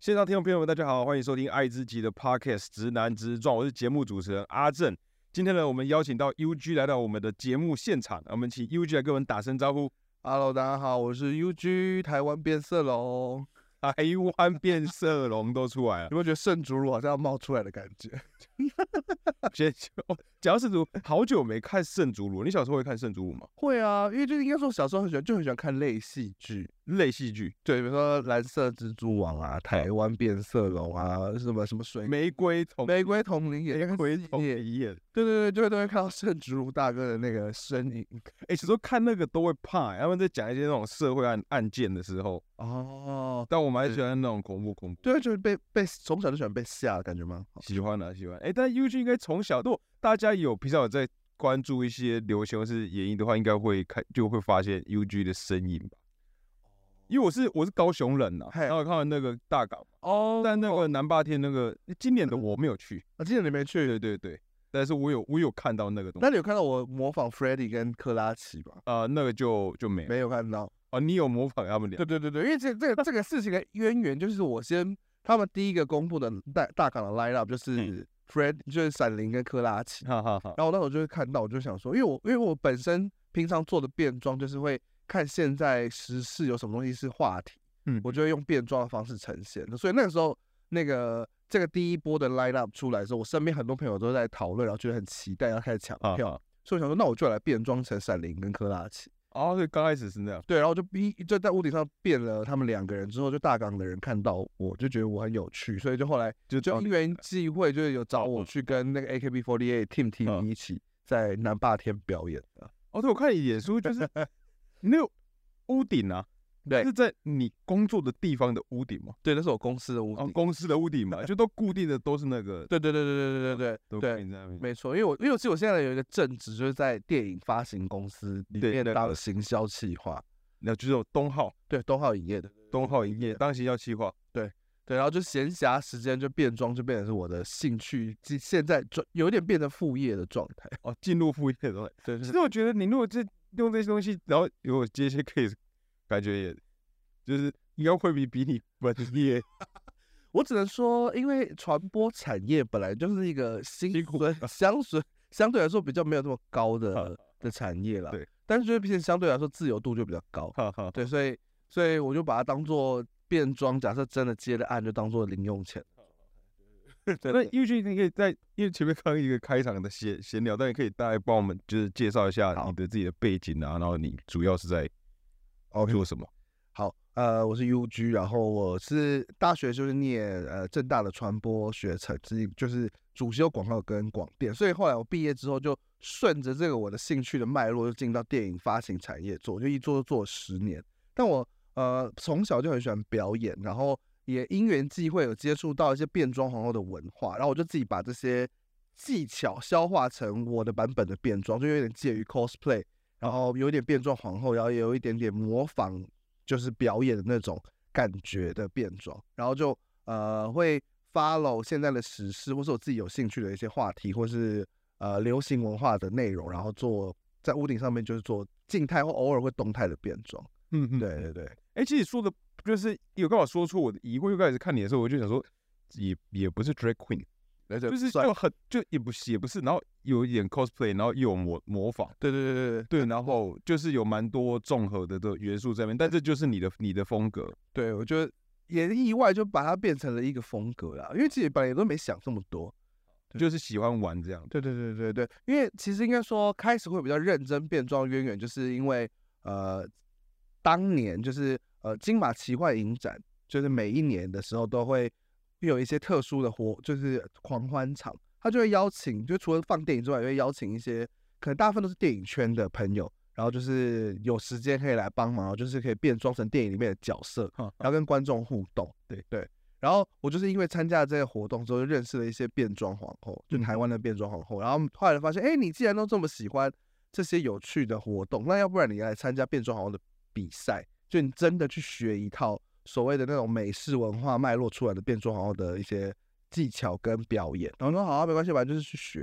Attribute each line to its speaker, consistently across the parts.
Speaker 1: 线上听众朋友们，大家好，欢迎收听爱知己的 Podcast《直男直撞》，我是节目主持人阿正。今天呢，我们邀请到 UG 来到我们的节目现场，我们请 UG 来跟我们打声招呼。
Speaker 2: Hello，大家好，我是 UG 台湾变色龙。
Speaker 1: 台湾变色龙都出来了
Speaker 2: 有，没有觉得圣主乳好像要冒出来的感觉？
Speaker 1: 先哦讲到圣主，好久没看圣主鲁，你小时候会看圣主鲁吗？
Speaker 2: 会啊，因为就是应该说小时候很喜欢，就很喜欢看类戏剧。
Speaker 1: 类戏剧
Speaker 2: 对，比如说《蓝色蜘蛛网》啊，《台湾变色龙》啊，什么什么水
Speaker 1: 《玫瑰童》
Speaker 2: 玫瑰同林也
Speaker 1: 玫瑰童
Speaker 2: 也，
Speaker 1: 一眼，
Speaker 2: 对对对，就会都会看到圣主乳大哥的那个身影。
Speaker 1: 哎、小时候看那个都会怕、欸他们在讲一些那种社会案案件的时候，
Speaker 2: 哦，
Speaker 1: 但我蛮
Speaker 2: 是
Speaker 1: 喜欢那种恐怖恐怖，
Speaker 2: 对啊，就是被被从小就喜欢被吓的感觉吗？
Speaker 1: 喜欢啊喜欢。哎、但 U G 应该从小都大家有平常有在关注一些流行或是演艺的话，应该会看就会发现 U G 的身影吧。因为我是我是高雄人呐、
Speaker 2: 嘿
Speaker 1: 然后看完那个大港，
Speaker 2: 哦
Speaker 1: 但那个南霸天那个今年的我没有去，
Speaker 2: 我记得啊你没去。
Speaker 1: 对对对，但是我有我有看到那个东西，
Speaker 2: 那你有看到我模仿 f r e d d y 跟克拉奇吧？
Speaker 1: 呃，那个就就没有
Speaker 2: 没有看到。
Speaker 1: 哦，你有模仿他们俩
Speaker 2: 对对对对，因为这这个这个事情的渊源就是我先他们第一个公布的大大港的 line up 就是
Speaker 1: 嗯
Speaker 2: Fred，、就是闪灵跟克拉奇，
Speaker 1: 哈哈哈，
Speaker 2: 然后我那时候就会看到，我就想说，因为我因为我本身平常做的变装就是会看现在时事有什么东西是话题，
Speaker 1: 嗯
Speaker 2: 我就会用变装的方式呈现，所以那个时候那个。这个第一波的 line up 出来的时候，我身边很多朋友都在讨论，然后觉得很期待，然后开始抢
Speaker 1: 啊
Speaker 2: 票。
Speaker 1: 啊
Speaker 2: 所以我想说，那我就来变装成闪灵跟克拉奇。
Speaker 1: 哦，对，刚开始是那样，
Speaker 2: 对，然后就一就在屋顶上变了他们两个人之后，就大港的人看到我就觉得我很有趣，所以就后来
Speaker 1: 就
Speaker 2: 就
Speaker 1: 哦
Speaker 2: 因缘际会，就是有找我去跟那个 AKB48 Team T
Speaker 1: 嗯
Speaker 2: 一起在南霸天表演的。
Speaker 1: 哦，对，我看你演出就是 你那个屋顶啊，
Speaker 2: 对
Speaker 1: 是在你工作的地方的屋顶嘛，
Speaker 2: 对，那是我公司的屋
Speaker 1: 然后
Speaker 2: 顶。
Speaker 1: 公司的屋顶嘛，就都固定的都是那个，
Speaker 2: 哦对对对对对对
Speaker 1: 都固
Speaker 2: 对对
Speaker 1: 定在那边。
Speaker 2: 没错，因为我因为我记得我现在有一个正职，就是在电影发行公司里
Speaker 1: 对
Speaker 2: 面
Speaker 1: 那个
Speaker 2: 当行销企划，
Speaker 1: 那就是有东浩，
Speaker 2: 对，东浩影业的。
Speaker 1: 东浩营业当时要企划，
Speaker 2: 对，然后就闲暇时间就变装，就变成是我的兴趣，即现在转有点变成副业的状态。
Speaker 1: 哦，进入副业的东西。
Speaker 2: 对，就
Speaker 1: 其
Speaker 2: 是
Speaker 1: 实我觉得你如果这用这些东西，然后如果接一些 case，感觉也就是应该会比比你本业
Speaker 2: 我只能说，因为传播产业本来就是一个薪
Speaker 1: 辛苦啊
Speaker 2: 水相对相对来说比较没有这么高的的产业啦，
Speaker 1: 对，
Speaker 2: 但是就是毕竟相对来说自由度就比较高，
Speaker 1: 哈哈。
Speaker 2: 对，所以所以我就把它当做变装，假设真的接了案，就当做零用钱。 对
Speaker 1: 那 U G 你可以在因为前面刚刚一个开场的闲闲聊，但你可以大概帮我们就是介绍一下
Speaker 2: 好
Speaker 1: 你的自己的背景啊，然后你主要是在
Speaker 2: 哦
Speaker 1: 做什么？
Speaker 2: 好，呃，我是 UG，然后我是大学就是念呃正大的传播学程，是就是主修广告跟广电，所以后来我毕业之后就顺着这个我的兴趣的脉络，就进到电影发行产业做，就一做就做了十年。但我呃从小就很喜欢表演，然后也因缘际会有接触到一些变装皇后的文化，然后我就自己把这些技巧消化成我的版本的变装，就有点介于 cosplay，然后有点变装皇后，然后也有一点点模仿就是表演的那种感觉的变装，然后就呃会 follow 现在的时事，或是我自己有兴趣的一些话题，或是呃流行文化的内容，然后做在屋顶上面就是做静态或偶尔会动态的变装。
Speaker 1: 嗯嗯，
Speaker 2: 对对对，
Speaker 1: 哎、其实说的就是有刚好说出我的疑惑，又开始看你的时候，我就想说，也也不是 drag queen，
Speaker 2: 那就
Speaker 1: 就是
Speaker 2: 算
Speaker 1: 就很就也不是也不是，然后有一点 cosplay，然后又有模模仿，
Speaker 2: 对对对对对
Speaker 1: 对，然后就是有蛮多综合的的元素在里面，但这就是你的你的风格，
Speaker 2: 对，我觉得也意外就把它变成了一个风格啦，因为自己本来也都没想这么多。对
Speaker 1: 就是喜欢玩这样的。
Speaker 2: 对对对对对，因为其实应该说开始会比较认真变装渊源，就是因为呃，当年就是呃金马奇幻影展，就是每一年的时候都会有一些特殊的活，就是狂欢场，他就会邀请，就除了放电影之外，也会邀请一些可能大部分都是电影圈的朋友，然后就是有时间可以来帮忙，然后就是可以变装成电影里面的角色，
Speaker 1: 哈
Speaker 2: 然后跟观众互动。
Speaker 1: 对
Speaker 2: 对，然后我就是因为参加了这个活动之后，就认识了一些变装皇后，就
Speaker 1: 嗯
Speaker 2: 台湾的变装皇后。然后后来发现，哎，你既然都这么喜欢这些有趣的活动，那要不然你来参加变装皇后的比赛，就你真的去学一套所谓的那种美式文化脉络出来的变装皇后的一些技巧跟表演。然后说好、啊，没关系，反正就是去学。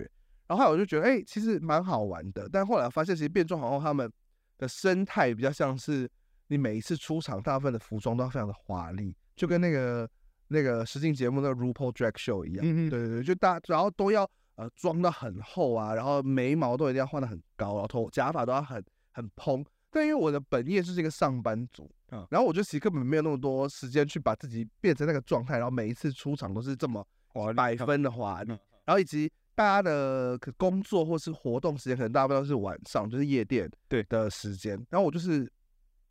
Speaker 2: 然后后来我就觉得，哎、其实蛮好玩的。但后来发现，其实变装皇后他们的生态比较像是你每一次出场，大部分的服装都要非常的华丽，就跟那个那个实境节目那个 RuPaul Drag Show 一样。
Speaker 1: 嗯哼，
Speaker 2: 对对对，就大，然后都要呃装的很厚啊，然后眉毛都一定要画的很高，然后头假发都要很很蓬。但因为我的本业就是一个上班族，
Speaker 1: 啊
Speaker 2: 然后我就其实根本没有那么多时间去把自己变成那个状态，然后每一次出场都是这么
Speaker 1: 华丽
Speaker 2: 百分的华丽
Speaker 1: 嗯，
Speaker 2: 然后以及大家的可工作或是活动时间，可能大部分都是晚上，就是夜店
Speaker 1: 对
Speaker 2: 的时间。然后我就是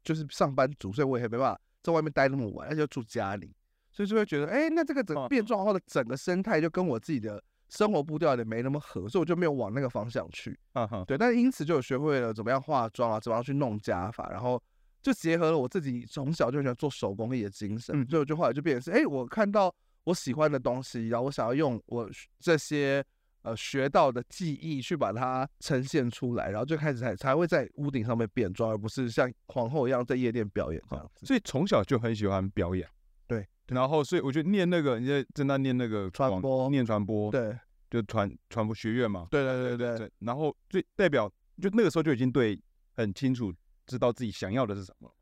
Speaker 2: 就是上班族，所以我也没办法在外面待那么晚，而且又住家里，所以就会觉得，哎、那这个整
Speaker 1: 嗯
Speaker 2: 变状后的整个生态就跟我自己的生活步调有点没那么合，所以我就没有往那个方向去。
Speaker 1: 哈哈，
Speaker 2: 对，但是因此就有学会了怎么样化妆啊，怎么样去弄假发，然后就结合了我自己从小就喜欢做手工艺的精神，
Speaker 1: 嗯
Speaker 2: 所以我就后来就变成是，哎，我看到我喜欢的东西，然后我想要用我学这些呃学到的技艺去把它呈现出来，然后就开始才才会在屋顶上面变装，而不是像皇后一样在夜店表演这样子。
Speaker 1: 所以从小就很喜欢表演。
Speaker 2: 对，
Speaker 1: 然后所以我就念那个，你在正在念那个
Speaker 2: 传
Speaker 1: 广
Speaker 2: 播
Speaker 1: 念传播，，
Speaker 2: 对
Speaker 1: 就传传播学院嘛。
Speaker 2: 对对对对
Speaker 1: 对，然后最代表就那个时候就已经对很清楚知道自己想要的是什么了。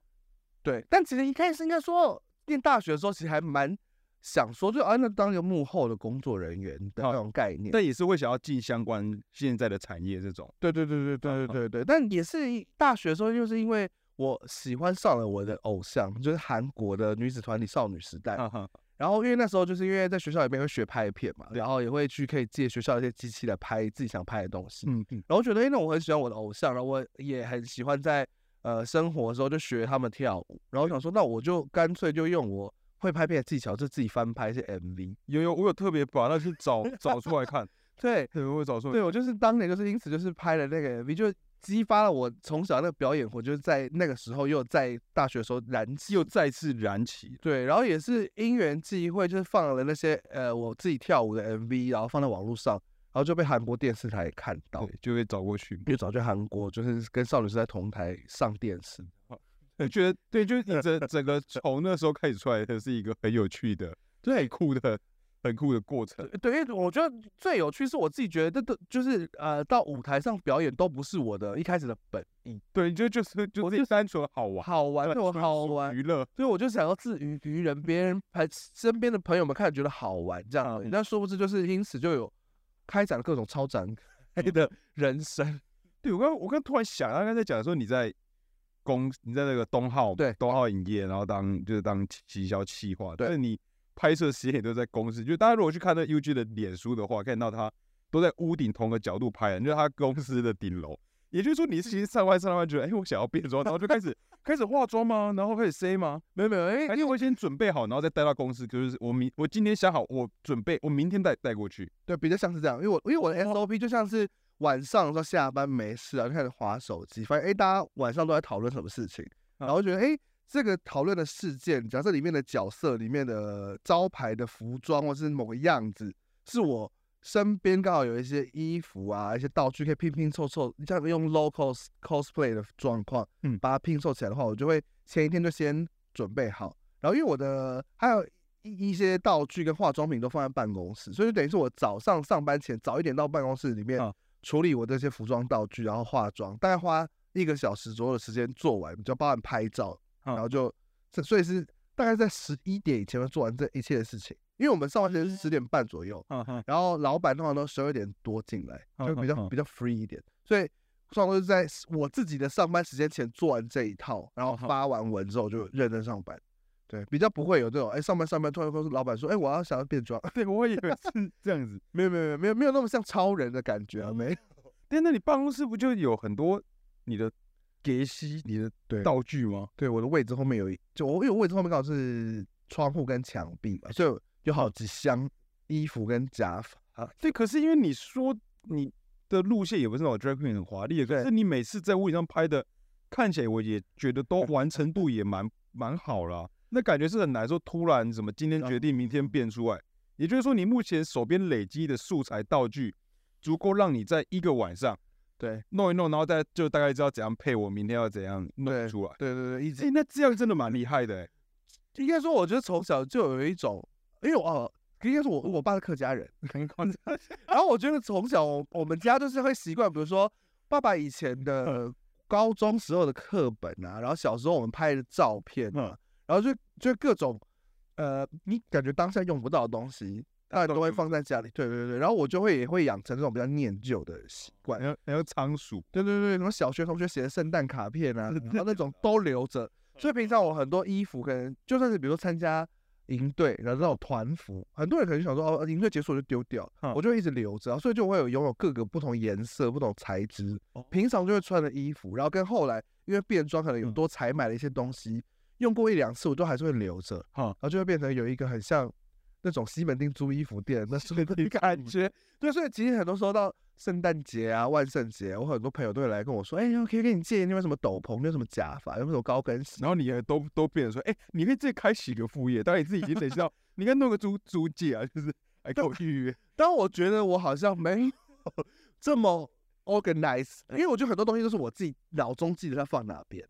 Speaker 2: 对，但其实一开始应该说，念大学的时候其实还蛮想说，就啊，那当一个幕后的工作人员的那
Speaker 1: 好
Speaker 2: 种概念。
Speaker 1: 但也是会想要进相关现在的产业这种。
Speaker 2: 对对对对对
Speaker 1: 嗯
Speaker 2: 对对对，但也是一大学的时候，就是因为我喜欢上了我的偶像，就是韩国的女子团体少女时代。
Speaker 1: 哈哈，
Speaker 2: 然后因为那时候就是因为在学校里面会学拍片嘛，
Speaker 1: 对
Speaker 2: 然后也会去可以借学校一些机器来拍自己想拍的东西。
Speaker 1: 嗯嗯，
Speaker 2: 然后觉得，哎、那我很喜欢我的偶像，然后我也很喜欢在呃生活的时候就学他们跳舞。然后我想说，那我就干脆就用我会拍片的技巧，就自己翻拍一些 MV。
Speaker 1: 有有，我有特别把那去找找出来看，
Speaker 2: 对，
Speaker 1: 对，我有找出来。
Speaker 2: 对我就是当年就是因此就是拍了那个 MV，就激发了我从小那个表演火，就是在那个时候又在大学的时候燃起。
Speaker 1: 又再次燃起，
Speaker 2: 对，然后也是因缘际会，就是放了那些呃我自己跳舞的 MV，然后放在网络上，然后就被韩国电视台看到，
Speaker 1: 对，就会找过去。
Speaker 2: 因为早就韩国就是跟少女时代同台上电视。
Speaker 1: 我觉得对，就是你整整个从那时候开始出来的是一个很有趣的、很酷的、很酷的过程。
Speaker 2: 呃对，因为我觉得最有趣是我自己觉得这都就是呃到舞台上表演都不是我的一开始的本意，
Speaker 1: 对，就就是就是单纯好玩，
Speaker 2: 好玩对我
Speaker 1: 纯
Speaker 2: 好
Speaker 1: 属
Speaker 2: 玩，
Speaker 1: 娱乐。
Speaker 2: 所以我就想要自娱娱人，别人还身边的朋友们看觉得好玩这样而已，
Speaker 1: 嗯
Speaker 2: 但殊不知就是因此就有开展各种超展 开的人生。
Speaker 1: 对我刚我刚突然想，刚刚在讲说你在公你在那个东浩
Speaker 2: 对
Speaker 1: 东浩影业，然后当就是当行销企划，
Speaker 2: 对
Speaker 1: 但是你拍摄时间也都在公司。就大家如果去看那 UG 的脸书的话，看到他都在屋顶同个角度拍，就是他公司的顶楼。也就是说，你是其实上班上班觉得，哎、我想要变装，然后就开始开始化妆吗？然后开始 say 吗？
Speaker 2: 没有没有，
Speaker 1: 还
Speaker 2: 因为
Speaker 1: 是我先准备好，然后再带到公司？就是我明我今天想好，我准备我明天带带过去。
Speaker 2: 对比较像是这样，因为我因为我的 SOP 就像是晚上的时候下班没事啊，就开始划手机，发现哎大家晚上都在讨论什么事情，然后觉得哎这个讨论的事件，假设里面的角色、里面的招牌的服装或是某个样子，是我身边刚好有一些衣服啊、一些道具可以拼拼凑凑，像用 local cosplay 的状况，
Speaker 1: 嗯
Speaker 2: 把它拼凑起来的话，我就会前一天就先准备好。然后因为我的还有一一些道具跟化妆品都放在办公室，所以就等于是我早上上班前早一点到办公室里面
Speaker 1: 啊
Speaker 2: 处理我这些服装道具，然后化妆，大概花一个小时左右的时间做完，就包含拍照，
Speaker 1: 啊
Speaker 2: 然后就这所以是大概在十一点以前会做完这一切的事情，因为我们上班时间是十点半左右，
Speaker 1: 哈哈，
Speaker 2: 然后老板通常都十二点多进来，
Speaker 1: 嗯
Speaker 2: 就比较
Speaker 1: 嗯嗯
Speaker 2: 比较 free 一点，所以通常都是在我自己的上班时间前做完这一套，然后
Speaker 1: 嗯嗯
Speaker 2: 发完文之后就认真上班。对，比较不会有这种哎，上班上班突然说老板说哎，我要想要变装，
Speaker 1: 对我也以为是这样子。
Speaker 2: 没有没有没有没有没有那么像超人的感觉啊，没
Speaker 1: 但那你办公室不就有很多你的给息、你
Speaker 2: 对
Speaker 1: 的道具吗？
Speaker 2: 对，我的位置后面有一，就我因为我位置后面刚好是窗户跟墙壁嘛，所以有好几箱衣服跟假发。
Speaker 1: 对，可是因为你说你的路线也不是那种 drag queen 很华丽的，
Speaker 2: 对
Speaker 1: 可是你每次在屋顶上拍的，看起来我也觉得都完成度也蛮蛮好啦。那感觉是很难说突然什么今天决定明天变出来，也就是说你目前手边累积的素材道具，足够让你在一个晚上
Speaker 2: 对
Speaker 1: 弄一弄，然后再就大概知道怎样配，我明天要怎样
Speaker 2: 对
Speaker 1: 弄出来。
Speaker 2: 对对对，一直
Speaker 1: 哎、那这样真的蛮厉害的、欸，
Speaker 2: 应该说，我觉得从小就有一种，因为我哦，应该说我我爸是客家人，
Speaker 1: 很夸张。
Speaker 2: 然后我觉得从小我我们家就是会习惯，比如说爸爸以前的高中时候的课本啊，然后小时候我们拍的照片啊，然后就就各种。呃，你感觉当下用不到的东西，那都会放在家里。对对对，然后我就会也会养成这种比较念旧的习惯。
Speaker 1: 还有还有仓鼠，
Speaker 2: 对对对，什么小学同学写的圣诞卡片啊，然后那种都留
Speaker 1: 嗯
Speaker 2: 着。所以平常我很多衣服，可能就算是比如说参加营队，然后那种团服，很多人可能想说哦，营队结束我就丢掉，
Speaker 1: 嗯
Speaker 2: 我就一直留着、啊，所以就会有拥有各个不同颜色、不同材质
Speaker 1: 哦，
Speaker 2: 平常就会穿的衣服，然后跟后来因为变装可能有
Speaker 1: 嗯
Speaker 2: 多采买了一些东西，用过一两次我都还是会留着，
Speaker 1: 嗯
Speaker 2: 然后就会变成有一个很像那种西门町租衣服店那时候的感觉。对，所以其实很多时候到圣诞节啊、万圣节，我很多朋友都会来跟我说：“哎、我可以给你借，你有没有什么斗篷，你有什么假发，有没有什么高跟鞋
Speaker 1: 然后你也都都变成说，哎、你可以自己开启一个副业，当然你自己已经累积到，你应该弄个租租借啊，就是来跟我预约，？”
Speaker 2: 但我觉得我好像没有 这么 organize，因为我觉得很多东西都是我自己脑中记得它放哪
Speaker 1: 哦
Speaker 2: 边，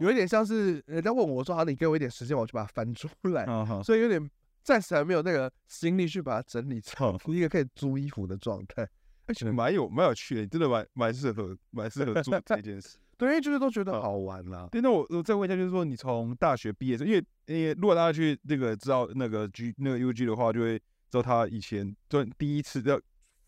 Speaker 2: 有一点像是人家问我说：“好，你给我一点时间，我去把它翻出来。
Speaker 1: 啊哈，
Speaker 2: 所以有点暂时还没有那个心力去把它整理成一个可以租衣服的状态。
Speaker 1: 而且蛮有蛮有趣的，真的蛮蛮适合蛮适合做这件事。
Speaker 2: 对，因为就是都觉得
Speaker 1: 嗯
Speaker 2: 好玩啊啦。
Speaker 1: 对，那我我再问一下，就是说你从大学毕业之后，因为因为如果大家去那个知道那个 G 那个 UG 的话，就会知道他以前就第一次要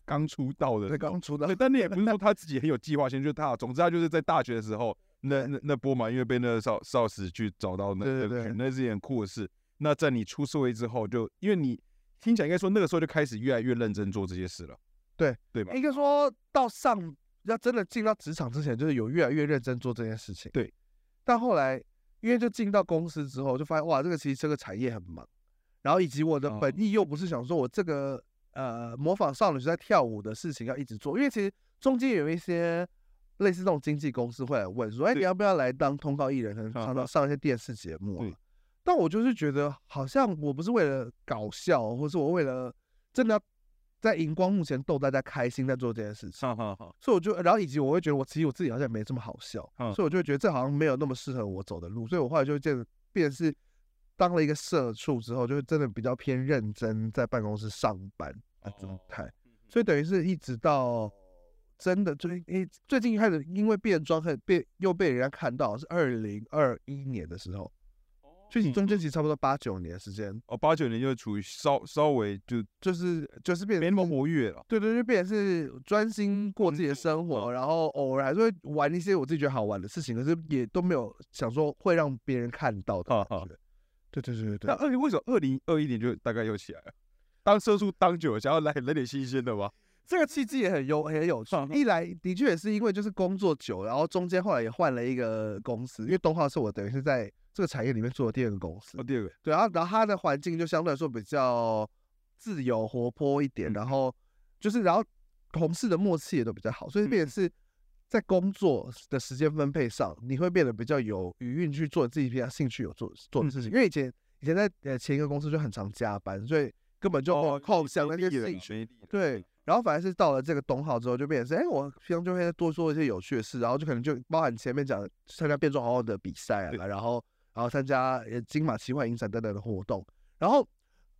Speaker 1: 刚出道的
Speaker 2: 对，
Speaker 1: 那种，
Speaker 2: 刚出道
Speaker 1: 对，但那也不是说他自己很有计划性，就是他，总之他就是在大学的时候，那那那波嘛，因为被那个少少时去找到那，
Speaker 2: 对对
Speaker 1: 那
Speaker 2: 对
Speaker 1: 那是一件很酷的事。那在你出社会之后就，因为你听起来应该说那个时候就开始越来越认真做这些事了，
Speaker 2: 对
Speaker 1: 对吧？
Speaker 2: 应该说到上要真的进到职场之前，就是有越来越认真做这件事情。
Speaker 1: 对，
Speaker 2: 但后来因为就进到公司之后，就发现哇，这个其实这个产业很忙，然后以及我的本
Speaker 1: 哦
Speaker 2: 意又不是想说我这个呃模仿少女时代跳舞的事情要一直做，因为其实中间有一些类似这种经纪公司会来问说，哎，
Speaker 1: 对
Speaker 2: 你要不要来当通告艺人，可能
Speaker 1: 啊
Speaker 2: 常
Speaker 1: 哈
Speaker 2: 常上一些电视节目、啊
Speaker 1: 对。
Speaker 2: 但我就是觉得，好像我不是为了搞笑，或是我为了真的要在荧光幕前逗大家开心在做这件事情，
Speaker 1: 哈哈哈，
Speaker 2: 所以我就，然后以及我会觉得我其实我自己好像也没这么好笑，
Speaker 1: 嗯
Speaker 2: 所以我就会觉得这好像没有那么适合我走的路，所以我后来就变变成是当了一个社畜之后，就是真的比较偏认真在办公室上班
Speaker 1: 哦啊
Speaker 2: 的状态，所以等于是一直到真的最诶最近开始因为变装很被又被人家看到是二零二一年的时候，所以
Speaker 1: 嗯
Speaker 2: 中间其实差不多八九年的时间，
Speaker 1: 哦，八九年就处于稍稍微就
Speaker 2: 就是就是变成嗯
Speaker 1: 没那么活跃了，
Speaker 2: 对对，就变成是专心过自己的生活，然后偶尔还是会玩一些我自己觉得好玩的事情，可是也都没有想说会让别人看到的
Speaker 1: 哈
Speaker 2: 感
Speaker 1: 哈
Speaker 2: 觉。对对对对
Speaker 1: 那
Speaker 2: 对，
Speaker 1: 二零为什么二零二一年就大概又起来了？当社畜当久了，想要来来点新鲜的吗？
Speaker 2: 这个契机也很有很有趣
Speaker 1: 哈。哈
Speaker 2: 一来的确也是因为就是工作久，然后中间后来也换了一个公司，因为东浩是我等于是在这个产业里面做的第二个公司
Speaker 1: 哦，。第二个，
Speaker 2: 对，然后然后他的环境就相对来说比较自由活泼一点，
Speaker 1: 嗯
Speaker 2: 然后就是然后同事的默契也都比较好，所以变成是在工作的时间分配上，你会变得比较有余韵去做自己比较兴趣有做做的事情。因为以前以前在呃前一个公司就很常加班，所以根本就没有空想那些事情。
Speaker 1: 哦情，
Speaker 2: 对，然后反而是到了这个东号之后，就变成是，哎，我平常就会多做一些有趣的事，然后就可能就包含前面讲的参加变装皇后的比赛
Speaker 1: 对
Speaker 2: 啊，然后然后参加呃金马奇幻影展等等的活动，然后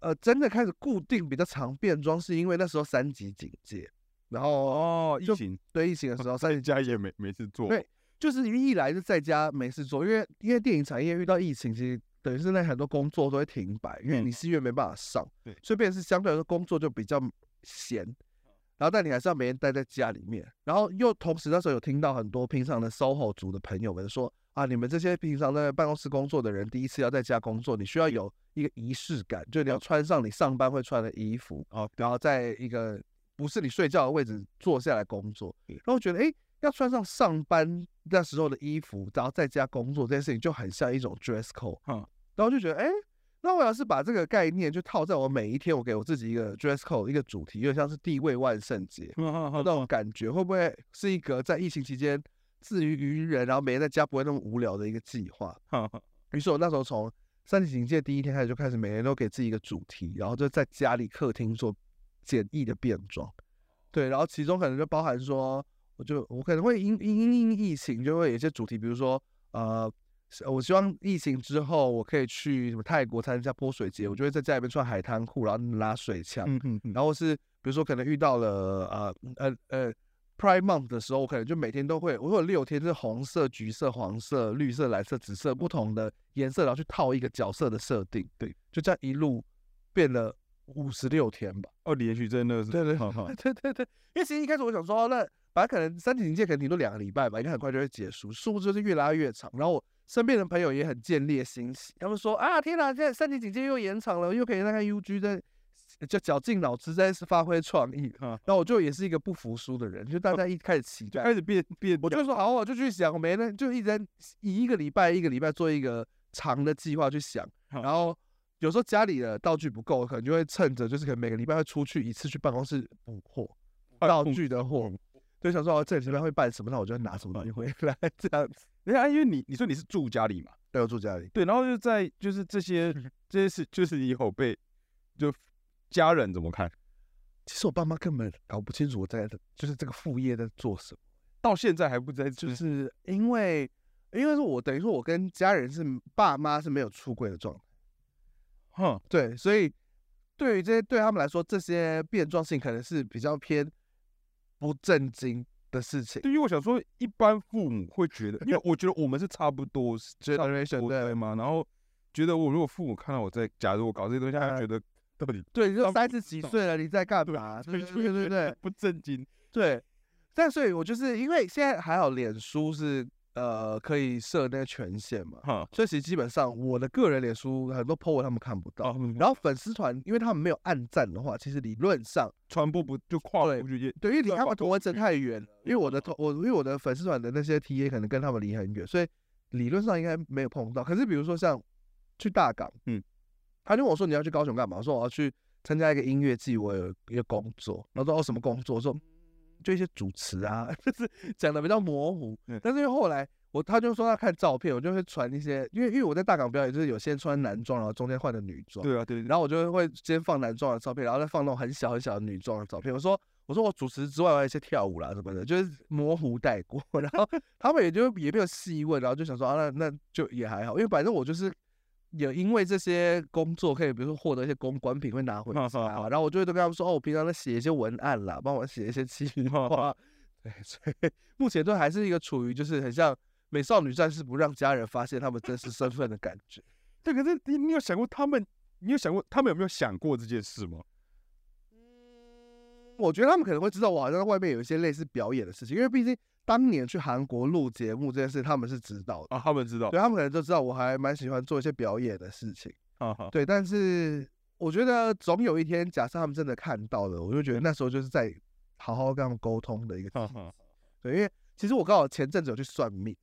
Speaker 2: 呃真的开始固定比较常变装，是因为那时候三级警戒，然后
Speaker 1: 哦，疫
Speaker 2: 就
Speaker 1: 情
Speaker 2: 对疫情的时候，三
Speaker 1: 在家也没没事做，
Speaker 2: 对就是一来就在家没事做，因为因为电影产业遇到疫情，其实等于是那很多工作都会停摆，因为
Speaker 1: 嗯
Speaker 2: 你戏院没办法上，
Speaker 1: 对嗯
Speaker 2: 所以变成是相对来说工作就比较闲，然后但你还是要每天待在家里面，然后又同时那时候有听到很多平常的 SOHO 族的朋友们说啊，你们这些平常在办公室工作的人，第一次要在家工作，你需要有一个仪式感，就你要穿上你上班会穿的衣服，
Speaker 1: 嗯哦，
Speaker 2: 然后在一个不是你睡觉的位置坐下来工作，
Speaker 1: 对
Speaker 2: 然后觉得诶，要穿上上班那时候的衣服，然后在家工作这件事情就很像一种 dress code，
Speaker 1: 嗯
Speaker 2: 然后就觉得诶，那我要是把这个概念就套在我每一天，我给我自己一个 dress code 一个主题，有点像是地位万圣节
Speaker 1: 嗯
Speaker 2: 那种感觉，会不会是一个在疫情期间自娱于人，然后每天在家不会那么无聊的一个计划？于是我那时候从三级警戒第一天开始就开始每天都给自己一个主题，然后就在家里客厅做简易的变装，对，然后其中可能就包含说，我就我可能会因因因应疫情就会有一些主题，比如说呃，是我希望疫情之后我可以去什么泰国参加泼水节，我就会在家里面穿海滩裤，然后拿水枪，
Speaker 1: 嗯嗯嗯，
Speaker 2: 然后是比如说可能遇到了呃呃呃 Prime Month 的时候，我可能就每天都会，我会有六天是红色、橘色、黄色、绿色、蓝色、紫色不同的颜色，然后去套一个角色的设定。
Speaker 1: 对，
Speaker 2: 就这样一路变了五十六天吧。
Speaker 1: 哦，连续真的是
Speaker 2: 对对
Speaker 1: 哈哈
Speaker 2: 对对对，因为其实一开始我想说，哦那本来可能三级警戒可能顶多两个礼拜吧，应该很快就会结束，殊不知就是越拉越长。然后我身边的朋友也很见猎欣喜，他们说啊，天哪，现在三级警戒又延长了，又可以让看 UG 在就绞尽脑汁在发挥创意。
Speaker 1: 哈
Speaker 2: 然后我就也是一个不服输的人，就大家一开始期待，
Speaker 1: 开始变变，
Speaker 2: 我就说好，我就去想，我没呢，就一直在以一个礼拜一个礼拜做一个长的计划去想，
Speaker 1: 好
Speaker 2: 然后有时候家里的道具不够，可能就会趁着就是可能每个礼拜会出去一次去办公室补货，
Speaker 1: 哎
Speaker 2: 道
Speaker 1: 不
Speaker 2: 具的货，就想说哦，这礼拜会办什么，那我就拿什么东西回来这样子。
Speaker 1: 人哎家因为你你说你是住家里嘛，
Speaker 2: 对，我住家里，
Speaker 1: 对，然后就在就是这些这些事，就是以后被就家人怎么看？
Speaker 2: 其实我爸妈根本搞不清楚我在就是这个副业在做什么。
Speaker 1: 到现在还不在，就
Speaker 2: 就是因为，因为是我等于说我跟家人是爸妈是没有出柜的状态，
Speaker 1: 哼，
Speaker 2: 对，所以对于这些对他们来说，这些变装性可能是比较偏不正经的事情。
Speaker 1: 对于我想说，一般父母会觉得，因为我觉得我们是差不多 是
Speaker 2: Generation，
Speaker 1: 多
Speaker 2: 对
Speaker 1: 对吗？然后觉得我如果父母看到我在，假如我搞这些东西，他
Speaker 2: 哎
Speaker 1: 还觉得到底
Speaker 2: 对，你就
Speaker 1: 当
Speaker 2: 三十几
Speaker 1: 懂
Speaker 2: 岁了，你在干嘛？对对对对对
Speaker 1: 不正经，
Speaker 2: 对。但所以，我就是因为现在还好，脸书是呃可以设那个权限嘛，
Speaker 1: 哈，
Speaker 2: 所以其实基本上我的个人脸书很多 po 文他们看不到，
Speaker 1: 然后
Speaker 2: 然后粉丝团因为他们没有暗赞的话，其实理论上。
Speaker 1: 传播不就跨
Speaker 2: 对
Speaker 1: 过去也
Speaker 2: 对，因为离
Speaker 1: 对嗯
Speaker 2: 他
Speaker 1: 跨
Speaker 2: 们同文层太远了，因为我的同我因为我的粉丝团的那些 T A 可能跟他们离很远，所以理论上应该没有碰到。可是比如说像去大港，
Speaker 1: 嗯，
Speaker 2: 他就问我说你要去高雄干嘛？我说我要去参加一个音乐季，我有一个工作。然后说哦什么工作？我说就一些主持啊， 就是讲的比较模糊
Speaker 1: 嗯。
Speaker 2: 但是因为后来我他就说他看照片，我就会传一些，因为因为我在大港表演，就是有些穿男装，然后中间换的女装。
Speaker 1: 对啊，对，
Speaker 2: 然后我就会先放男装的照片，然后再放那种很小很小的女装的照片。我说我说我主持之外，我还有一些跳舞啦什么的，就是模糊带过。 然后他们也就也没有细问，然后就想说啊，那那就也还好，因为反正我就是有因为这些工作可以，比如说获得一些公关品会拿回家，
Speaker 1: 哈哈
Speaker 2: 然后我就会都跟他们说，哦，我平常在写一些文案啦，帮我写一些企划。 对，所以目前都还是一个处于就是很像美少女战士不让家人发现他们真实身份的感觉。
Speaker 1: 对，可是你你有想过他们，你有想过他们有没有想过这件事吗？
Speaker 2: 我觉得他们可能会知道我好像在外面有一些类似表演的事情，因为毕竟当年去韩国录节目这件事，他们是知道的，
Speaker 1: 啊，他们知道，
Speaker 2: 对他们可能就知道我还蛮喜欢做一些表演的事情。
Speaker 1: 哈啊哈，
Speaker 2: 对，但是我觉得总有一天，假设他们真的看到了，我就觉得那时候就是在好好跟他们沟通的一个
Speaker 1: 哈
Speaker 2: 契机。
Speaker 1: 啊哈，
Speaker 2: 对，因为其实我刚好前阵子有去算命，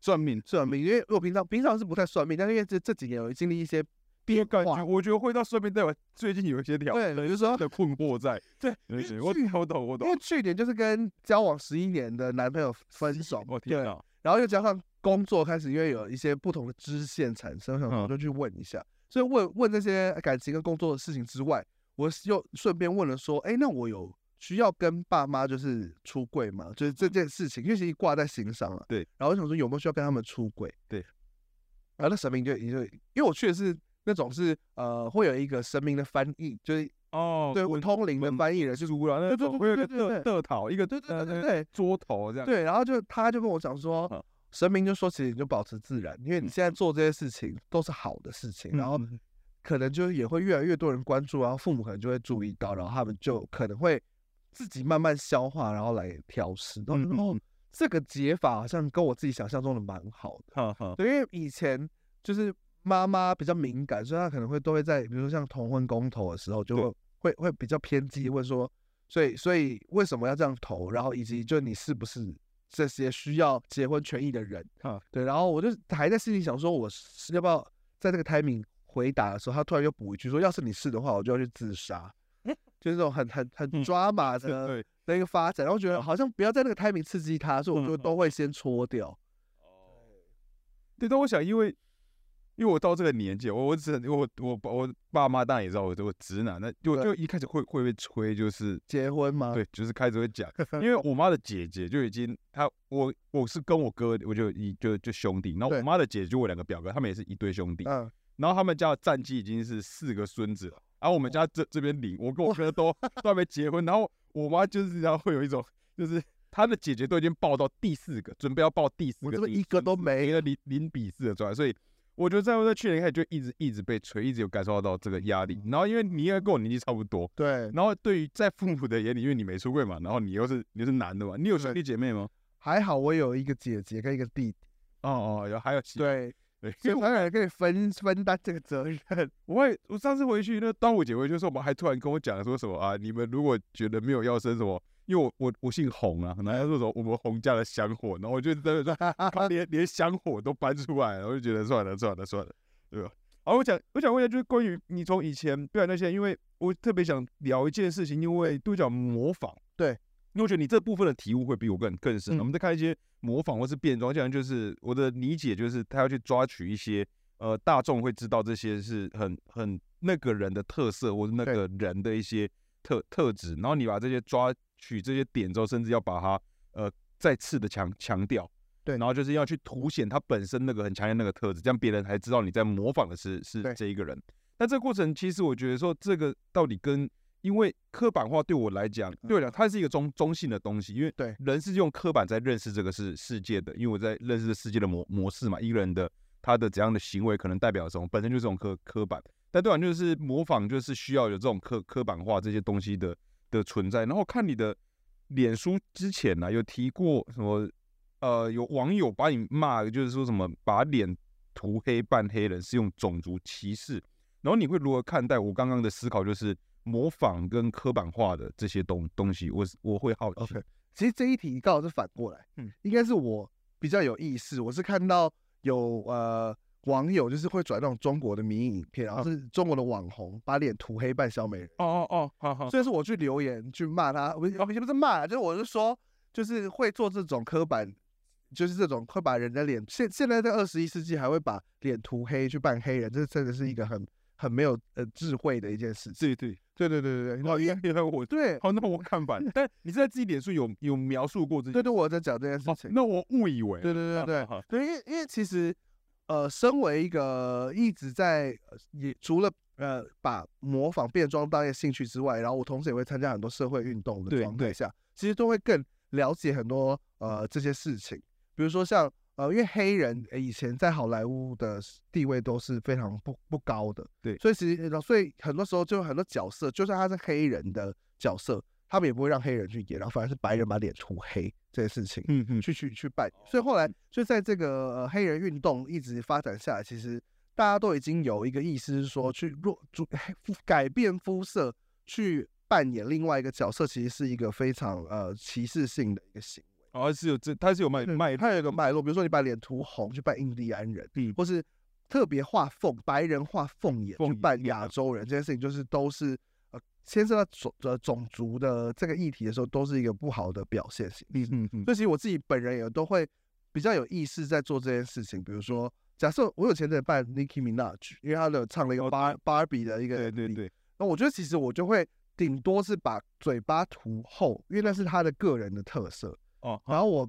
Speaker 1: 算命，
Speaker 2: 算命，因为我平常平常是不太算命，但是因为这这几年有经历一些
Speaker 1: 我
Speaker 2: 变
Speaker 1: 感
Speaker 2: 化
Speaker 1: 觉，我觉得会到算命代表最近有一些条
Speaker 2: 对，比如说
Speaker 1: 的困惑在，
Speaker 2: 对
Speaker 1: 啊对，
Speaker 2: 因
Speaker 1: 对
Speaker 2: 为
Speaker 1: 我
Speaker 2: 去
Speaker 1: 懂我懂我
Speaker 2: 因为
Speaker 1: 懂，
Speaker 2: 去年就是跟交往十一年的男朋友分手，
Speaker 1: 我
Speaker 2: 对
Speaker 1: 天哪，
Speaker 2: 然后又加上工作开始，因为有一些不同的支线产生，我想说我
Speaker 1: 嗯
Speaker 2: 就去问一下。所以问问这些感情跟工作的事情之外，我是又顺便问了说，哎，那我有需要跟爸妈就是出柜吗？就是这件事情，因为其实挂在心上了。
Speaker 1: 嗯对。
Speaker 2: 然后我想说有没有需要跟他们出柜？
Speaker 1: 对。
Speaker 2: 然后那神明就也就，因为我去的是那种是呃会有一个神明的翻译，就是
Speaker 1: 哦，
Speaker 2: 对
Speaker 1: 我
Speaker 2: 通灵的翻译人，就是
Speaker 1: 输了，
Speaker 2: 对
Speaker 1: 那
Speaker 2: 对
Speaker 1: 种
Speaker 2: 对
Speaker 1: 会有一
Speaker 2: 对
Speaker 1: 个
Speaker 2: 对
Speaker 1: 的
Speaker 2: 对
Speaker 1: 的讨，一个
Speaker 2: 对对
Speaker 1: 呃
Speaker 2: 对
Speaker 1: 那个
Speaker 2: 对
Speaker 1: 桌头这样，
Speaker 2: 对，然后就他就跟我讲说，
Speaker 1: 嗯
Speaker 2: 神明就说，其实你就保持自然，因为你现在做这些事情都是好的事情，
Speaker 1: 嗯，
Speaker 2: 然后
Speaker 1: 嗯
Speaker 2: 可能就也会越来越多人关注，然后父母可能就会注意到，然后他们就可能会自己慢慢消化，然后来调试。然后就
Speaker 1: 嗯
Speaker 2: 说
Speaker 1: 嗯
Speaker 2: 哦，这个解法好像跟我自己想象中的蛮好的，
Speaker 1: 哈哈，
Speaker 2: 对，因为以前就是妈妈比较敏感，所以她可能会都会在，比如说像同婚公投的时候，就
Speaker 1: 对
Speaker 2: 会会会比较偏激，问说，所以所以为什么要这样投？然后以及就你是不是这些需要结婚权益的人？
Speaker 1: 啊，
Speaker 2: 对，然后我就还在心里想说，我是要不要在这个 timing 回答的时候，他突然又补一句说，要是你是的话，我就要去自杀。就是那种很很很
Speaker 1: 嗯
Speaker 2: 抓马
Speaker 1: 对
Speaker 2: 的
Speaker 1: 对，
Speaker 2: 的一个发展，然后觉得好像不要在那个 timing 刺激他，所以我
Speaker 1: 嗯
Speaker 2: 就
Speaker 1: 嗯
Speaker 2: 都会先戳掉。
Speaker 1: 呃对，但我想，因为因为我到这个年纪，我我只能我我我爸妈当然也知道我我直男，那就就一开始会会被吹，就是
Speaker 2: 结婚吗？
Speaker 1: 对，就是开始会讲，因为我妈的姐姐就已经她我我是跟我哥，我就一就就兄弟，然后
Speaker 2: 对
Speaker 1: 我妈的姐姐就我两个表哥，他们也是一对兄弟，
Speaker 2: 嗯，
Speaker 1: 然后他们家的战绩已经是四个孙子了，然后
Speaker 2: 哦
Speaker 1: 我们 家这这边零，我跟我哥都都还没结婚，然后我妈就是然后会有一种就是。他的姐姐都已经报到第四个，准备要报第四个
Speaker 2: 我
Speaker 1: 第
Speaker 2: 这
Speaker 1: 四，
Speaker 2: 边一个都没
Speaker 1: 赢了零零比四的状态，所以我觉得在在去年开始就一直一直被吹，一直有感受到这个压
Speaker 2: 嗯
Speaker 1: 力。然后因为你应该跟我年纪差不多，
Speaker 2: 对，
Speaker 1: 然后对于在父母的眼里，因为你没出柜嘛，然后你又是你又是男的嘛，你有兄弟姐妹吗？
Speaker 2: 还好我有一个姐姐跟一个弟弟，
Speaker 1: 哦哦，有还有其
Speaker 2: 对，
Speaker 1: 对，
Speaker 2: 所
Speaker 1: 所以
Speaker 2: 以我
Speaker 1: 我
Speaker 2: 才敢跟你分分担这个责任。
Speaker 1: 我也我上次回去那端午节回去的时候，我们还突然跟我讲说什么啊，你们如果觉得没有要生什么。因为我我我姓洪啊，然后他说什么我们洪家的香火，然后我就真的说他连连香火都搬出来了，我就觉得算了算了算了，对吧？好，我想我想问一下，就是关于你从以前不然那些，因为我特别想聊一件事情，因为都讲模仿，
Speaker 2: 对，
Speaker 1: 因为我觉得你这部分的体悟会比我更更深。
Speaker 2: 嗯
Speaker 1: 我们在看一些模仿或是变装，这样就是我的理解，就是他要去抓取一些呃大众会知道这些是很很那个人的特色，或是那
Speaker 2: 对
Speaker 1: 个人的一些特特质，然后你把这些抓取这些点之后，甚至要把它呃再次的强强调。
Speaker 2: 对
Speaker 1: 然后就是要去凸显他本身那个很强烈那个特质，这样别人才知道你在模仿的是是
Speaker 2: 对
Speaker 1: 这一个人。那这个过程其实我觉得说，这个到底跟因为刻板化对我来讲，
Speaker 2: 嗯
Speaker 1: 对我来讲它是一个中中性的东西，因为
Speaker 2: 对
Speaker 1: 人是用刻板在认识这个世世界的，因为我在认识世界的模模式嘛，一个人的他的怎样的行为可能代表什么，本身就是这种刻刻板。但对我来讲就是模仿，就是需要有这种刻刻板化这些东西的的存在。然后看你的脸书之前啊呢、有提过什么？呃，有网友把你骂，就是说什么把脸涂黑扮黑人是用种族歧视。然后你会如何看待我刚刚的思考，就是模仿跟刻板化的这些东东西？我是我会好奇。
Speaker 2: OK，其实这一题刚好是反过来，
Speaker 1: 嗯，
Speaker 2: 应该是我比较有意识，我是看到有呃网友就是会转那种中国的迷影影片，然后
Speaker 1: 嗯
Speaker 2: 是中国的网红把脸涂黑扮小美人，
Speaker 1: 哦哦哦，好好，
Speaker 2: 所以是我去留言去骂他，不是也不是骂啦，就是我是说，就是会做这种刻板，就是这种会把人的脸，现现在在二十一世纪还会把脸涂黑去扮黑人，这真的是一个很很没有呃智慧的一件事情。
Speaker 1: 对对
Speaker 2: 对对对对对，
Speaker 1: 哦，原来 我
Speaker 2: 对
Speaker 1: 好，那我看反。但你是在自己脸书有有描述过这
Speaker 2: 对对，我在讲这件事
Speaker 1: 哦
Speaker 2: 情，。
Speaker 1: 那我误以为
Speaker 2: 对对对对
Speaker 1: 好好
Speaker 2: 对，因为因为其实呃，身为一个一直在呃也除了呃把模仿变装当一个兴趣之外，然后我同时也会参加很多社会运动的
Speaker 1: 对
Speaker 2: 状态
Speaker 1: 对
Speaker 2: 下，其实都会更了解很多呃这些事情，比如说像呃，因为黑人呃以前在好莱坞的地位都是非常不不高的，
Speaker 1: 对
Speaker 2: 所以其实呃所以很多时候就很多角色，就算他是黑人的角色，他们也不会让黑人去演，然后反而是白人把脸涂黑这件事情，
Speaker 1: 嗯嗯，
Speaker 2: 去去去办。所以后来就在这个、呃、黑人运动一直发展下来，其实大家都已经有一个意思是
Speaker 1: 嗯
Speaker 2: 说，去弱主改变肤色去扮演另外一个角色，其实是一个非常呃歧视性的一个行为。
Speaker 1: 哦是有这，他是有卖卖
Speaker 2: 它有一个脉络，比如说你把脸涂红去扮印第安人，
Speaker 1: 嗯
Speaker 2: 或是特别画凤白人画凤眼
Speaker 1: 凤
Speaker 2: 去
Speaker 1: 眼
Speaker 2: 扮
Speaker 1: 对啊
Speaker 2: 亚洲人，这件事情就是都是呃牵涉到种呃种族的这个议题的时候，都是一个不好的表现形式。
Speaker 1: 嗯嗯
Speaker 2: 所以其实我自己本人也都会比较有意识在做这件事情。比如说，假设我有前阵子办 Nicki Minaj，因为他的唱了一个
Speaker 1: 哦
Speaker 2: 芭芭比的一个，
Speaker 1: 对对。对，
Speaker 2: 那我觉得其实我就会顶多是把嘴巴涂厚，因为那是他的个人的特色。
Speaker 1: 哦
Speaker 2: 然后我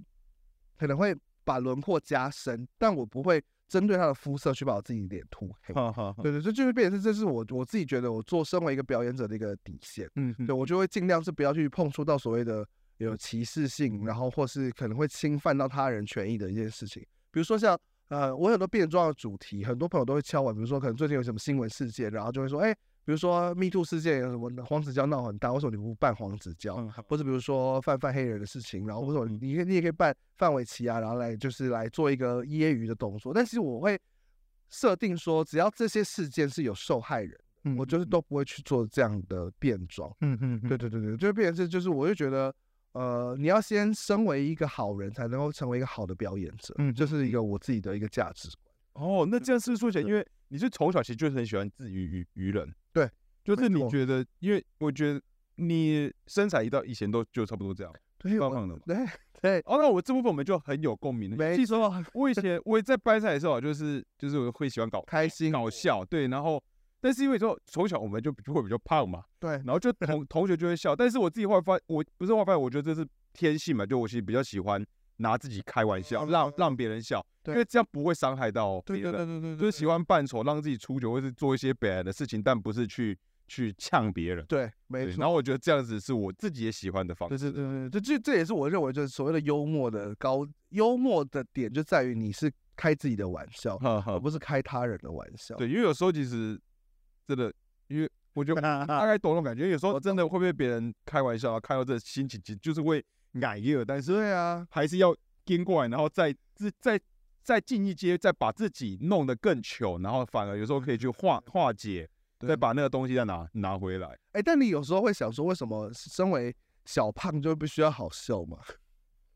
Speaker 2: 可能会把轮廓加深，但我不会针对他的肤色去把我自己脸涂黑。
Speaker 1: 好好好，
Speaker 2: 对对，这就是变成是这是我我自己觉得我做身为一个表演者的一个底线。
Speaker 1: 嗯嗯
Speaker 2: 对我就会尽量是不要去碰触到所谓的有歧视
Speaker 1: 嗯
Speaker 2: 性，然后或是可能会侵犯到他人权益的一件事情。比如说像呃，我有很多变装的主题，很多朋友都会敲我，比如说可能最近有什么新闻事件，然后就会说，哎、比如说 Me Too 事件有什么黄子佼闹很大，为什么你不办黄子佼？
Speaker 1: 嗯好嗯
Speaker 2: 或者比如说泛泛黑人的事情，然后或者你你你也可以办范玮琪啊，然后来就是来做一个揶揄的动作。但其实我会设定说，只要这些事件是有受害人，我就是都不会去做这样的变装。
Speaker 1: 嗯嗯嗯
Speaker 2: 对对对对，就变成是就是，我就觉得，呃，你要先身为一个好人，才能够成为一个好的表演者，
Speaker 1: 嗯
Speaker 2: 这是一个我自己的一个价值观。
Speaker 1: 哦，那这样是不是说起来，因为你是从小其实就很喜欢自娱娱娱人，
Speaker 2: 对，
Speaker 1: 就是
Speaker 2: 没
Speaker 1: 你
Speaker 2: 错
Speaker 1: 觉得，因为我觉得你身材一到以前都就差不多这样，
Speaker 2: 对，
Speaker 1: 胖
Speaker 2: 我
Speaker 1: 胖的嘛。
Speaker 2: 对对，
Speaker 1: 哦，那我这部分我们就很有共鸣了。
Speaker 2: 没
Speaker 1: 其实我以前我也在班上的时候啊，就是就是我会喜欢搞
Speaker 2: 开心
Speaker 1: 搞笑，对，然后但是因为说从小我们就就会比较胖嘛，
Speaker 2: 对
Speaker 1: 然后 就同同学就会笑，但是我自己会发，我不是会发现，我觉得这是天性嘛，就我其实比较喜欢拿自己开玩笑，让让别人笑，因
Speaker 2: 嗯对
Speaker 1: 为这样不会伤害到别
Speaker 2: 对对
Speaker 1: 人，
Speaker 2: 对对对，
Speaker 1: 就是喜欢扮丑，让自己出糗，或是做一些北来的事情，但不是去去呛别人。
Speaker 2: 对，没
Speaker 1: 对，
Speaker 2: 错
Speaker 1: 然。后我觉得这样子是我自己也喜欢的方
Speaker 2: 对
Speaker 1: 式。
Speaker 2: 对对对，这这这也是我认为就是所谓的幽默的高幽默的点，就在于你是开自己的玩笑，
Speaker 1: 呵
Speaker 2: 而
Speaker 1: 呵，
Speaker 2: 不是开他人的玩笑。
Speaker 1: 对，因为有时候其实真的，因为我觉得大
Speaker 2: 对，
Speaker 1: 概懂那种感觉，因为有时候真的会被别人开玩笑，然后啊看到这心情，其实就是会矮热，但是
Speaker 2: 对啊，
Speaker 1: 还是要颠过来，然后再自再再进一阶，再把自己弄得更糗，然后反而有时候可以去化化解，
Speaker 2: 嗯对
Speaker 1: 再把那个东西再拿拿回来。
Speaker 2: 哎，但你有时候会想说，为什么身为小胖就必须要好笑嘛？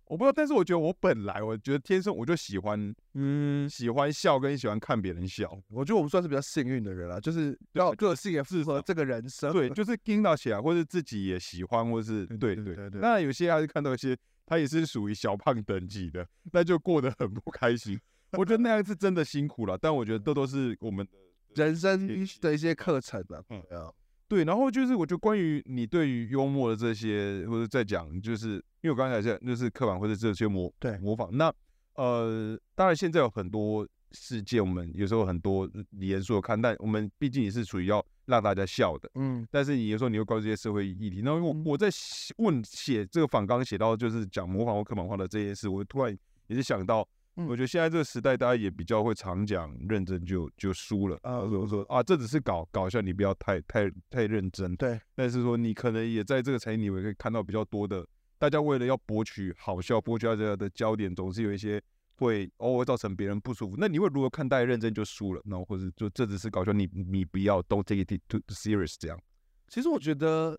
Speaker 1: 我不知道，但是我觉得我本来我觉得天生我就喜欢
Speaker 2: 嗯，
Speaker 1: 喜欢笑，跟喜欢看别人笑。
Speaker 2: 我觉得我们算是比较幸运的人了，就是要个性也符合这个人生。
Speaker 1: 对，就是听到起来，或是自己也喜欢，或是
Speaker 2: 对
Speaker 1: 对
Speaker 2: 对对
Speaker 1: 对
Speaker 2: 对
Speaker 1: 当然有些还是看到一些，他也是属于小胖等级的，那就过得很不开心。我觉得那样是真的辛苦了，但我觉得这都是我们的
Speaker 2: 人生
Speaker 1: 也是
Speaker 2: 的一些课程啊，
Speaker 1: 嗯
Speaker 2: 对啊，
Speaker 1: 对。然后就是，我觉得关于你对于幽默的这些，或者在讲，就是因为我刚才讲就是刻板或者这些模
Speaker 2: 对
Speaker 1: 模仿。那呃，当然现在有很多事件，我们有时候很多呃严肃的看，但我们毕竟也是属于要让大家笑的。
Speaker 2: 嗯，
Speaker 1: 但是你有时候你又关注这些社会议题。那我我在写问写这个访纲写到就是讲模仿或刻板化的这些事，我突然也是想到，
Speaker 2: 嗯
Speaker 1: 我觉得现在这个时代大家也比较会常讲认真就就输了
Speaker 2: 啊
Speaker 1: 啊，我说啊这只是搞搞笑，你不要太太太认真。
Speaker 2: 对，
Speaker 1: 但是说你可能也在这个产业里面可以看到比较多的，大家为了要博取好笑，博取大家的焦点，总是有一些。会偶尔造成别人不舒服，那你会如何看待认真就输了，然后或者就这只是搞笑，你你不要 don't take it too serious 这样。
Speaker 2: 其实我觉得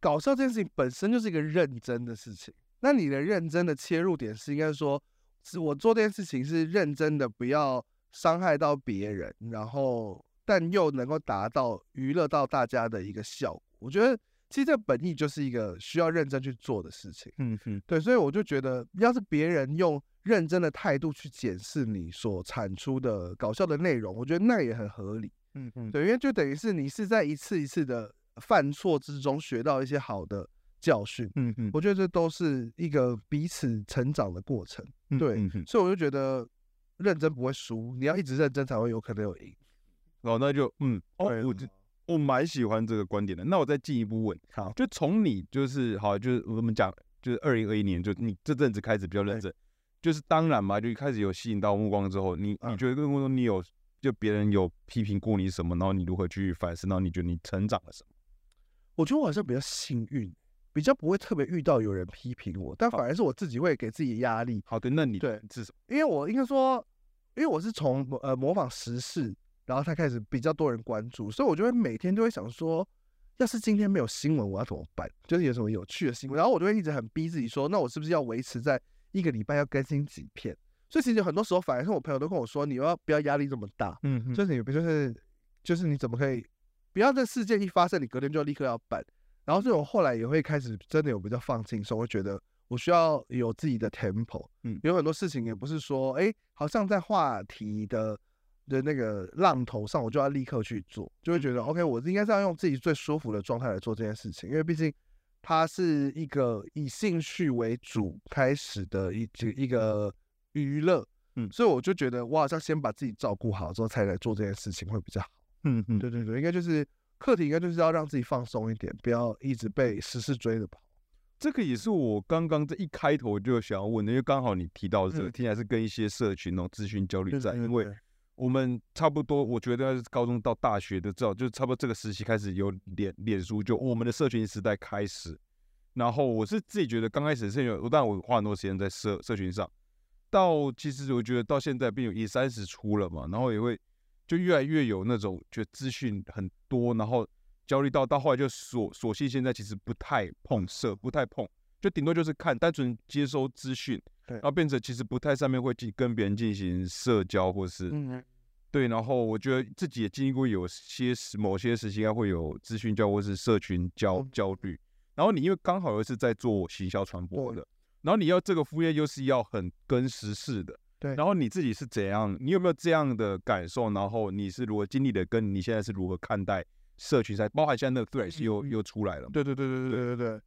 Speaker 2: 搞笑这件事情本身就是一个认真的事情。那你的认真的切入点是应该说，是我做这件事情是认真的，不要伤害到别人，然后但又能够达到娱乐到大家的一个效果。我觉得其实这本意就是一个需要认真去做的事情。
Speaker 1: 嗯哼，
Speaker 2: 对，所以我就觉得，要是别人用认真的态度去检视你所产出的搞笑的内容，我觉得那也很合理。
Speaker 1: 嗯嗯，
Speaker 2: 对，因为就等于是你是在一次一次的犯错之中学到一些好的教训，
Speaker 1: 嗯嗯，
Speaker 2: 我觉得这都是一个彼此成长的过程。
Speaker 1: 嗯
Speaker 2: 对
Speaker 1: 嗯嗯
Speaker 2: 所以我就觉得认真不会输，你要一直认真才会有可能有赢。
Speaker 1: 然后那就嗯，哦
Speaker 2: 对，
Speaker 1: 我
Speaker 2: 了
Speaker 1: 就我蛮喜欢这个观点的。那我再进一步问，
Speaker 2: 好，
Speaker 1: 就从你就是好，就是我们讲，就是二零二一年，就你这阵子开始比较认真，就是当然嘛，就开始有吸引到目光之后，你你
Speaker 2: 嗯
Speaker 1: 觉得跟我说你有就别人有批评过你什么，然后你如何去反思，然后你觉得你成长了什么？
Speaker 2: 我觉得我好像比较幸运，比较不会特别遇到有人批评我，但反而是我自己会给自己压力，
Speaker 1: 好，对，那你
Speaker 2: 对
Speaker 1: 是什么？
Speaker 2: 因为我应该说，因为我是从模呃模仿时事，然后才开始比较多人关注，所以我就会每天都会想说，要是今天没有新闻，我要怎么办？就是有什么有趣的新闻，然后我就会一直很逼自己说，那我是不是要维持在一个礼拜要更新几篇？所以其实很多时候，反而是我朋友都跟我说，你要不要压力这么大？
Speaker 1: 嗯嗯，
Speaker 2: 就是你就是就是你怎么可以不要这事件一发生，你隔天就立刻要办？然后所以我后来也会开始真的有比较放轻松，会觉得我需要有自己的 tempo，
Speaker 1: 嗯
Speaker 2: 有很多事情也不是说哎，诶好像在话题的的那个浪头上，我就要立刻去做，就会觉
Speaker 1: 嗯
Speaker 2: 得 OK，我应该是要用自己最舒服的状态来做这件事情，因为毕竟。它是一个以兴趣为主开始的一一个娱乐，所以我就觉得我好像先把自己照顾好之后，才来做这件事情会比较好。
Speaker 1: 嗯嗯，
Speaker 2: 对对对，应该就是课题，应该就是要让自己放松一点，不要一直被时事追着跑。
Speaker 1: 这个也是我刚刚在一开头就想要问的，因为刚好你提到这个，
Speaker 2: 嗯
Speaker 1: 听起来是跟一些社群那种资讯焦虑
Speaker 2: 对
Speaker 1: 在，
Speaker 2: 对
Speaker 1: 因为
Speaker 2: 对
Speaker 1: 我们差不多，我觉得是高中到大学的，至少就是差不多这个时期开始有脸脸书，就我们的社群时代开始。然后我是自己觉得刚开始是有，但我花很多时间在社社群上，到其实我觉得到现在，并有也三十出了嘛，然后也会就越来越有那种觉得资讯很多，然后焦虑到到后来就索索性现在其实不太碰社，不太碰，就顶多就是看单纯接收资讯，
Speaker 2: 对
Speaker 1: 然后变成其实不太上面会进跟别人进行社交或是
Speaker 2: 嗯，
Speaker 1: 对，然后我觉得自己也经历过有些时某些时期，应该会有资讯焦或是社群焦
Speaker 2: 嗯
Speaker 1: 焦虑。然后你因为刚好又是在做行销传播的，然后你要这个副业又是要很跟时事的，
Speaker 2: 对
Speaker 1: 然后你自己是怎样？你有没有这样的感受？然后你是如何经历的？跟你现在是如何看待社群赛？包含现在那个
Speaker 2: 嗯
Speaker 1: Threads 又又出来了嘛，
Speaker 2: 对对对对对对对。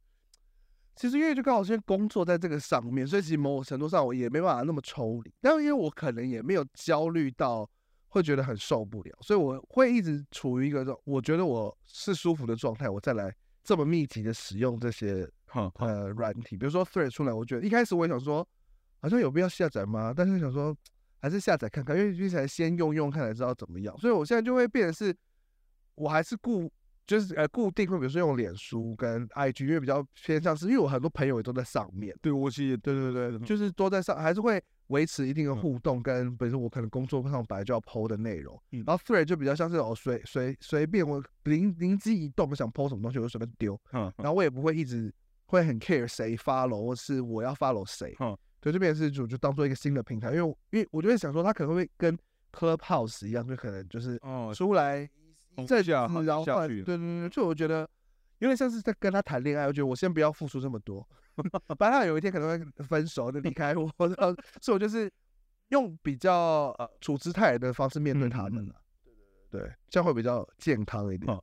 Speaker 2: 其实因为就刚好现在工作在这个上面，所以其实某种程度上我也没办法那么抽离，但因为我可能也没有焦虑到会觉得很受不了，所以我会一直处于一个这种我觉得我是舒服的状态，我再来这么密集的使用这些
Speaker 1: 哼哼
Speaker 2: 呃软体，比如说 Thread 出来，我觉得一开始我也想说，好像有必要下载吗？但是想说还是下载看看，因为毕竟还先用用看才知道怎么样。所以我现在就会变成是，我还是固就是呃固定会，比如说用脸书跟 IG，因为比较偏向是，因为我很多朋友也都在上面，
Speaker 1: 对我其实对对对
Speaker 2: 就是都在上，还是会维持一定的
Speaker 1: 嗯
Speaker 2: 互动，跟比如说我可能工作上本来就要 PO 的内容，
Speaker 1: 嗯
Speaker 2: 然后 Thread 就比较像是哦随随随便我灵灵机一动，我想 PO 什么东西我就随便丢，
Speaker 1: 哼
Speaker 2: 然后我也不会一直会很 care 谁 follow 或是我要 follow 谁。
Speaker 1: 嗯
Speaker 2: 对，这边是就就当做一个新的平台，因为我因为我就会想说，它可能会跟 Clubhouse 一样，就可能就是
Speaker 1: 哦，
Speaker 2: 出来
Speaker 1: 哦
Speaker 2: 一阵子，
Speaker 1: 下
Speaker 2: 然后
Speaker 1: 下
Speaker 2: 后来
Speaker 1: 去了
Speaker 2: 对对对，就我觉得有点像是在跟他谈恋爱，我觉得我先不要付出这么 多，反正他有一天可能会分手就离开我，然后所以我就是用比较呃处之泰然的方式面对
Speaker 1: 嗯
Speaker 2: 他
Speaker 1: 嗯
Speaker 2: 们
Speaker 1: 嗯
Speaker 2: 了。对对对，这样会比较健康一点。
Speaker 1: 嗯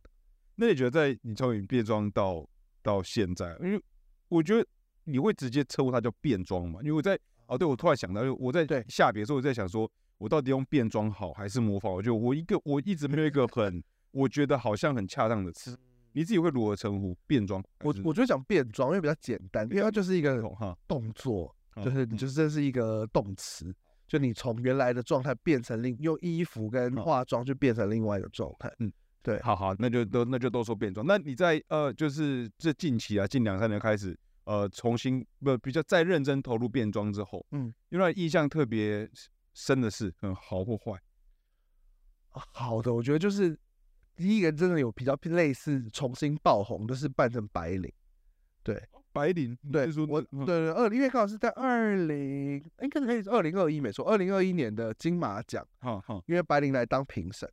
Speaker 1: 那你觉得在你从你变装到到现在，因为我觉得你会直接称呼它叫变装嘛？因为我在哦，对我突然想到，我在
Speaker 2: 对
Speaker 1: 下别的时候，我在想说，我到底用变装好还是模仿？我就我一个我一直没有一个很我觉得好像很恰当的词，你自己会如何称呼变装？
Speaker 2: 嗯我我就讲变装，因为比较简单，因为它就是一个
Speaker 1: 懂哈，
Speaker 2: 动作，
Speaker 1: 嗯
Speaker 2: 就是你就是这是一个动词，就你从原来的状态变成另用衣服跟
Speaker 1: 嗯
Speaker 2: 化妆就变成另外一个状态。
Speaker 1: 嗯，
Speaker 2: 对。
Speaker 1: 好好，那就都那就都说变装。那你在呃，就是这近期啊，近两三年开始，呃，重新不比较再认真投入变装之后，
Speaker 2: 嗯，
Speaker 1: 有点印象特别深的是，嗯，好或坏，
Speaker 2: 哦好的，我觉得就是第一个真的有比较类似重新爆红，就是扮成白领。
Speaker 1: 白领，你
Speaker 2: 对
Speaker 1: 是说，
Speaker 2: 我对
Speaker 1: 嗯
Speaker 2: 对二，因为刚好是在二零，应该可以二零二一没错，二零二一年的金马奖，
Speaker 1: 哈哈，
Speaker 2: 因为白灵来当评审，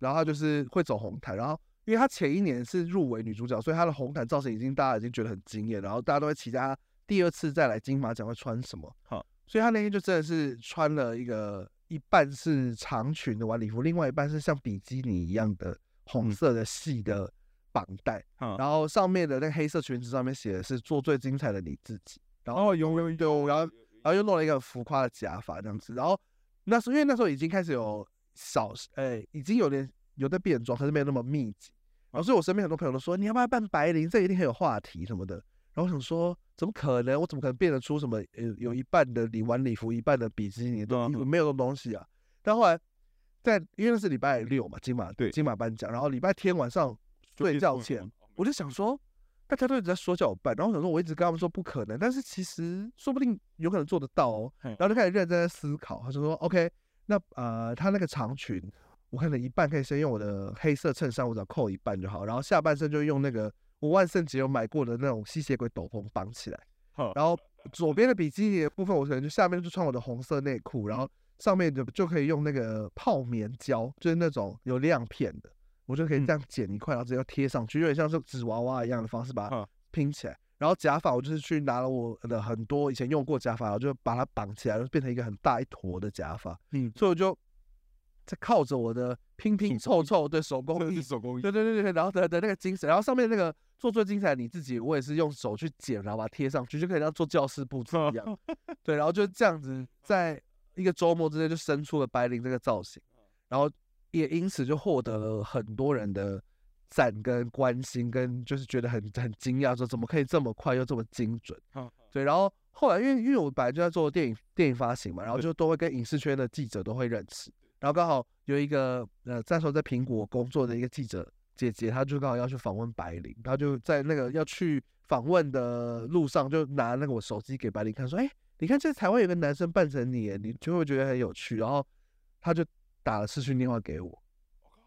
Speaker 2: 然后她就是会走红毯，然后因为她前一年是入围女主角，所以她的红毯造型已经大家已经觉得很惊艳，然后大家都会期待她第二次再来金马奖会穿什么。
Speaker 1: 好，
Speaker 2: 所以她那天就真的是穿了一个一半是长裙的晚礼服，另外一半是像比基尼一样的红
Speaker 1: 嗯
Speaker 2: 色的细的绑带，
Speaker 1: 哈
Speaker 2: 然后上面的那个黑色裙子上面写的是“做最精彩的你自己”，然后
Speaker 1: 哦有有
Speaker 2: 对，然后然后又弄了一个很浮夸的假发这样子。然后那时候因为那时候已经开始有少，呃、已经有点有在变装，可是没有那么密集。
Speaker 1: 嗯
Speaker 2: 然后所以我身边很多朋友都说，你要不要办白领？这一定很有话题什么的。然后我想说，怎么可能？我怎么可能变得出什么？呃，有一半的礼晚礼服，一半的比基尼，都
Speaker 1: 嗯
Speaker 2: 没有这种东西啊。但后来在因为那是礼拜六嘛，金马
Speaker 1: 对
Speaker 2: 金马颁奖，然后礼拜天晚上睡觉前，
Speaker 1: 嗯
Speaker 2: 我就想说，大家都一直在说叫我办，然后我想说，我一直跟他们说不可能，但是其实说不定有可能做得到哦。
Speaker 1: 嗯
Speaker 2: 然后就开始认真在思考，他就说，OK，那呃，他那个长裙，我可能一半可以先用我的黑色衬衫，我只要扣一半就好，然后下半身就用那个我万圣节有买过的那种吸血鬼斗篷绑起来，
Speaker 1: 好
Speaker 2: 然后左边的比基尼的部分，我可能就下面就穿我的红色内裤，然后上面就就可以用那个泡棉胶，就是那种有亮片的。我就可以
Speaker 1: 嗯
Speaker 2: 这样剪一块，然后直接贴上去，有点像是纸娃娃一样的方式把它
Speaker 1: 嗯
Speaker 2: 拼起来。然后假发，我就是去拿了我的很多以前用过假发，然后就把它绑起来，然后变成一个很大一坨的假发。
Speaker 1: 嗯
Speaker 2: 所以我就在靠着我的拼拼凑凑的手工
Speaker 1: 这
Speaker 2: 艺
Speaker 1: 是，手工艺，
Speaker 2: 对对对对，然后的的那个精神，然后上面那个做最精彩的你自己，我也是用手去剪，然后把它贴上去，就可以像做教室布置一样。 对，然后就这样子，在一个周末之内就生出了白灵这个造型，然后也因此就获得了很多人的赞跟关心，跟就是觉得很很惊讶，说怎么可以这么快又这么精准。
Speaker 1: 哈
Speaker 2: 对，然后后来因为因为我本来就在做电影电影发行嘛，然后
Speaker 1: 对
Speaker 2: 就都会跟影视圈的记者都会认识，然后刚好有一个呃，那时候在苹果工作的一个记者姐姐，她就刚好要去访问白灵，然后就在那个要去访问的路上，就拿那个我手机给白灵看，说，哎，你看这台湾有个男生扮成你耶，你就会觉得很有趣，然后她就打了视讯电话给我，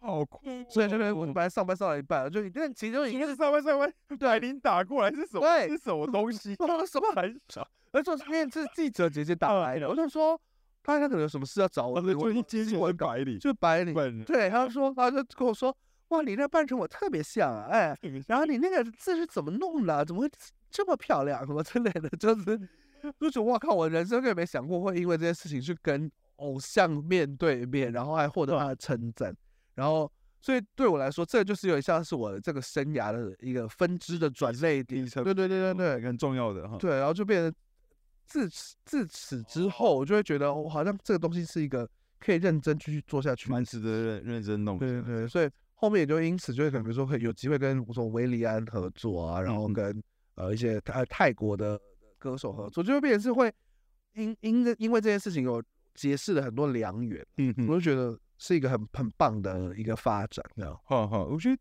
Speaker 1: 好酷，哦
Speaker 2: 所以就是我本来上班上到一半，就那其中一个
Speaker 1: 是上班上班，白领打过来是什么？
Speaker 2: 对
Speaker 1: 是什么东 西？
Speaker 2: 什么
Speaker 1: 很少，
Speaker 2: 而且是因为这是记者姐姐打来的，我就说，他他可能有什么事要找我，
Speaker 1: 我的就
Speaker 2: 我
Speaker 1: 一接
Speaker 2: 新
Speaker 1: 近
Speaker 2: 闻
Speaker 1: 是
Speaker 2: 稿
Speaker 1: 白领，
Speaker 2: 就白领，
Speaker 1: 本人
Speaker 2: 对，他就说，他就跟我说，哇，你那扮成我特别像啊，哎，然后你那个字是怎么弄的啊、怎么会这么漂亮？什么之类的， 就是就觉得哇靠，我人生根本没想过会因为这件事情去跟偶像面对面，然后还获得他的称赞，然后。所以对我来说，这就是有点像是我这个生涯的一个分支的转类点。
Speaker 1: 里程
Speaker 2: 对对对对对，
Speaker 1: 很重要的哈，
Speaker 2: 对，然后就变成自此自此之后，我就会觉得我好像这个东西是一个可以认真继续做下去。
Speaker 1: 蛮值得认认真弄。
Speaker 2: 对对对，所以后面也就因此就会可能比如说会有机会跟什么维利安合作啊，然后
Speaker 1: 嗯嗯
Speaker 2: 跟、呃一些泰泰国的歌手合作，就会变成是会因因着因为这件事情有结识了很多良缘，
Speaker 1: 嗯
Speaker 2: 我
Speaker 1: 嗯，
Speaker 2: 就觉得是一个很很棒的一个发展，这样。
Speaker 1: 好好，我觉得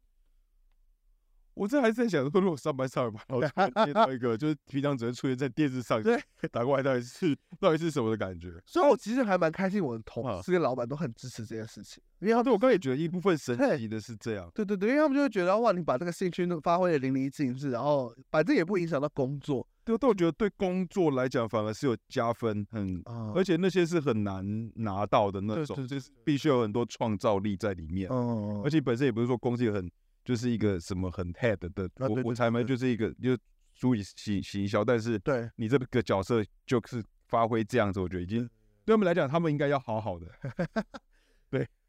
Speaker 1: 我这还是在想说，如果上班上班，然后突然接到一个就是平常只会出现在电视上
Speaker 2: 对
Speaker 1: 打过来，到底是到底是什么的感觉？
Speaker 2: 所以我其实还蛮开心，我的同
Speaker 1: 哦啊
Speaker 2: 事跟老板都很支持这件事情，因为他们
Speaker 1: 对我刚才也觉得一部分神
Speaker 2: 嘿
Speaker 1: 奇的是这样，
Speaker 2: 对对对，因为他们就会觉得哇，你把这个兴趣都发挥的淋漓尽致，然后反正也不影响到工作
Speaker 1: 对，但我觉得对工作来讲反而是有加分，很
Speaker 2: 啊。
Speaker 1: 而且那些是很难拿到的那
Speaker 2: 对
Speaker 1: 种，
Speaker 2: 对
Speaker 1: 就是必须有很多创造力在里面。
Speaker 2: 嗯，
Speaker 1: 而且本身也不是说公司有很就是一个什么很 head 的，
Speaker 2: 啊对
Speaker 1: 我
Speaker 2: 对
Speaker 1: 我才们
Speaker 2: 对
Speaker 1: 就是一个就是足以行行销，但是
Speaker 2: 对，
Speaker 1: 你这个角色就是发挥这样子，我觉得已经对他们来讲，他们应该要好好的。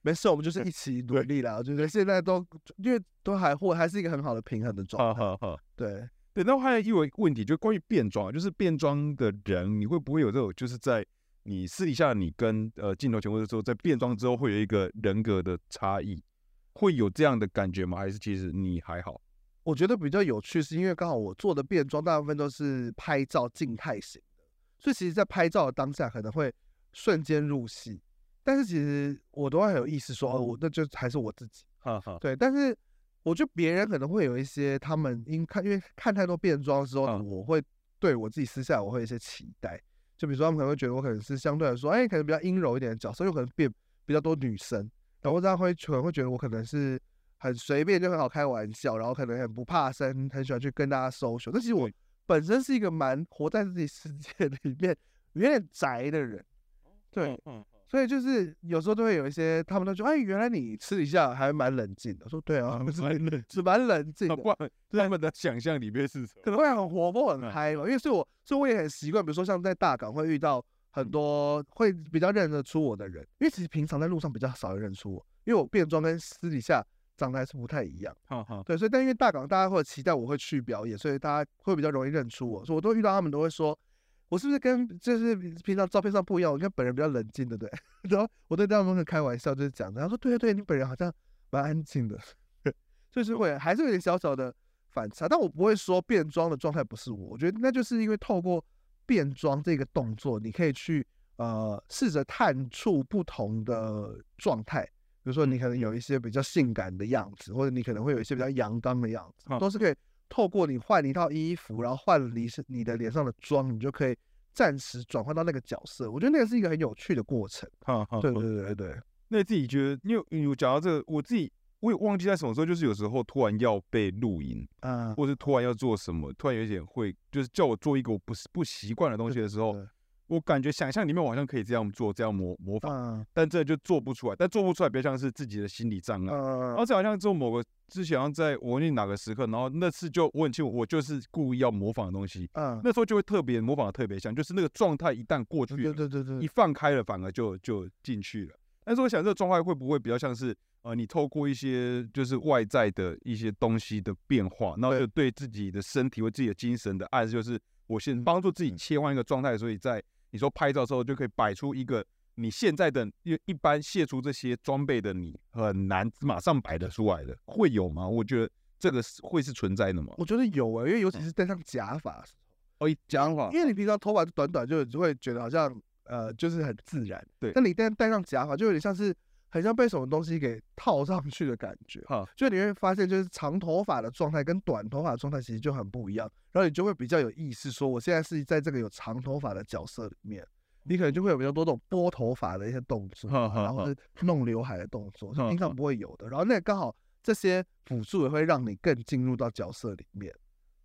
Speaker 2: 没事，我们就是一起努力啦。我觉得现在都因为都还或还是一个很好的平衡的状态。
Speaker 1: 好好。
Speaker 2: 对，
Speaker 1: 对，那我还有一个问题，就关于变装，就是变装的人，你会不会有这种，就是在你私底下，你跟呃镜头前或者说在变装之后，会有一个人格的差异，会有这样的感觉吗？还是其实你还好？
Speaker 2: 我觉得比较有趣是因为刚好我做的变装大部分都是拍照静态型的，所以其实在拍照的当下可能会瞬间入戏，但是其实我都会很有意识说，哦，我那就还是我自己。
Speaker 1: 哈哈，
Speaker 2: 对，但是我觉得别人可能会有一些他们因看因为看太多变装之后，
Speaker 1: 嗯
Speaker 2: 我会对我自己私下我会有一些期待，就比如说他们可能会觉得我可能是相对来说，哎，可能比较阴柔一点的角色，有可能变比较多女生，然后这样会可能会觉得我可能是很随便就很好开玩笑，然后可能很不怕生，很喜欢去跟大家 social。但其实我
Speaker 1: 对
Speaker 2: 本身是一个蛮活在自己世界 里面有点宅的人，对，
Speaker 1: 嗯，
Speaker 2: 所以就是有时候都会有一些，他们都说，哎，原来你私底下还蛮冷静的。我说对啊， 是
Speaker 1: 蛮冷
Speaker 2: 是蛮冷静
Speaker 1: 那
Speaker 2: 的，
Speaker 1: 不然他们的想象里面是什么？
Speaker 2: 可能会很活泼、很
Speaker 1: 嗯
Speaker 2: 嗨嘛。因为所以我，所以我也很习惯，比如说像在大港会遇到
Speaker 1: 嗯
Speaker 2: 很多会比较认得出我的人，因为其实平常在路上比较少人认出我，因为我变装跟私底下长得还是不太一样。
Speaker 1: 哈哈，
Speaker 2: 对，所以但因为大港大家会期待我会去表演，所以大家会比较容易认出我，所以我都遇到他们都会说，我是不是跟就是平常照片上不一样，我跟本人比较冷静，对不对？ 然后我对他们很开玩笑，就是讲，然后说对啊对对，你本人好像蛮安静的， 就是会还是有点小小的反差，但我不会说变装的状态不是我，我觉得那就是因为透过变装这个动作，你可以去呃试着探出不同的状态，比如说你可能有一些比较性感的样子，或者你可能会有一些比较阳刚的样子
Speaker 1: 嗯，
Speaker 2: 都是可以透过你换一套衣服，然后换你是你的脸上的妆，你就可以暂时转换到那个角色。我觉得那个是一个很有趣的过程。
Speaker 1: 哈哈，
Speaker 2: 对对对对对，
Speaker 1: 那你自己觉得，因为因为我讲到这个，我自己我也忘记在什么时候，就是有时候突然要被录音，
Speaker 2: 啊，
Speaker 1: 或是突然要做什么，突然有一点会，就是叫我做一个我不是不习惯的东西的时候
Speaker 2: 对，
Speaker 1: 我感觉想象里面我好像可以这样做，这样模模仿，
Speaker 2: 啊
Speaker 1: 但真的就做不出来。但做不出来，比较像是自己的心理障碍。然
Speaker 2: 啊
Speaker 1: 后这好像之后某个之前，好像在我忘记哪个时刻，然后那次就我很清楚，我就是故意要模仿的东西，
Speaker 2: 啊！
Speaker 1: 那时候就会特别模仿的特别像，就是那个状态一旦过去
Speaker 2: 对
Speaker 1: 了
Speaker 2: 对对对
Speaker 1: 一
Speaker 2: 对，
Speaker 1: 放开了，反而就就进去了。但是我想，这个状态会不会比较像是，呃，你透过一些就是外在的一些东西的变化，然后就对自己的身体或自己的精神的暗示，就是我先帮助自己切换一个状态，所以在你说拍照的时候就可以摆出一个你现在的，因为一般卸除这些装备的你很难马上摆得出来的，会有吗？我觉得这个是会是存在的吗？
Speaker 2: 我觉得有啊、因为尤其是戴上假发的时
Speaker 1: 哦，讲法
Speaker 2: 候，因为你平常头发就短短就，就会觉得好像呃，就是很自然。
Speaker 1: 对
Speaker 2: 但你戴戴上假发，就有点像是很像被什么东西给套上去的感觉。
Speaker 1: 哈，
Speaker 2: 就你会发现，就是长头发的状态跟短头发的状态其实就很不一样，然后你就会比较有意识，说我现在是在这个有长头发的角色里面，你可能就会有比较多这种拨头发的一些动作
Speaker 1: 哈
Speaker 2: 啊，
Speaker 1: 哈
Speaker 2: 然后
Speaker 1: 哈
Speaker 2: 是弄刘海的动作，是
Speaker 1: 哈
Speaker 2: 平常
Speaker 1: 哈
Speaker 2: 不会有的。然后那刚好这些辅助也会让你更进入到角色里面。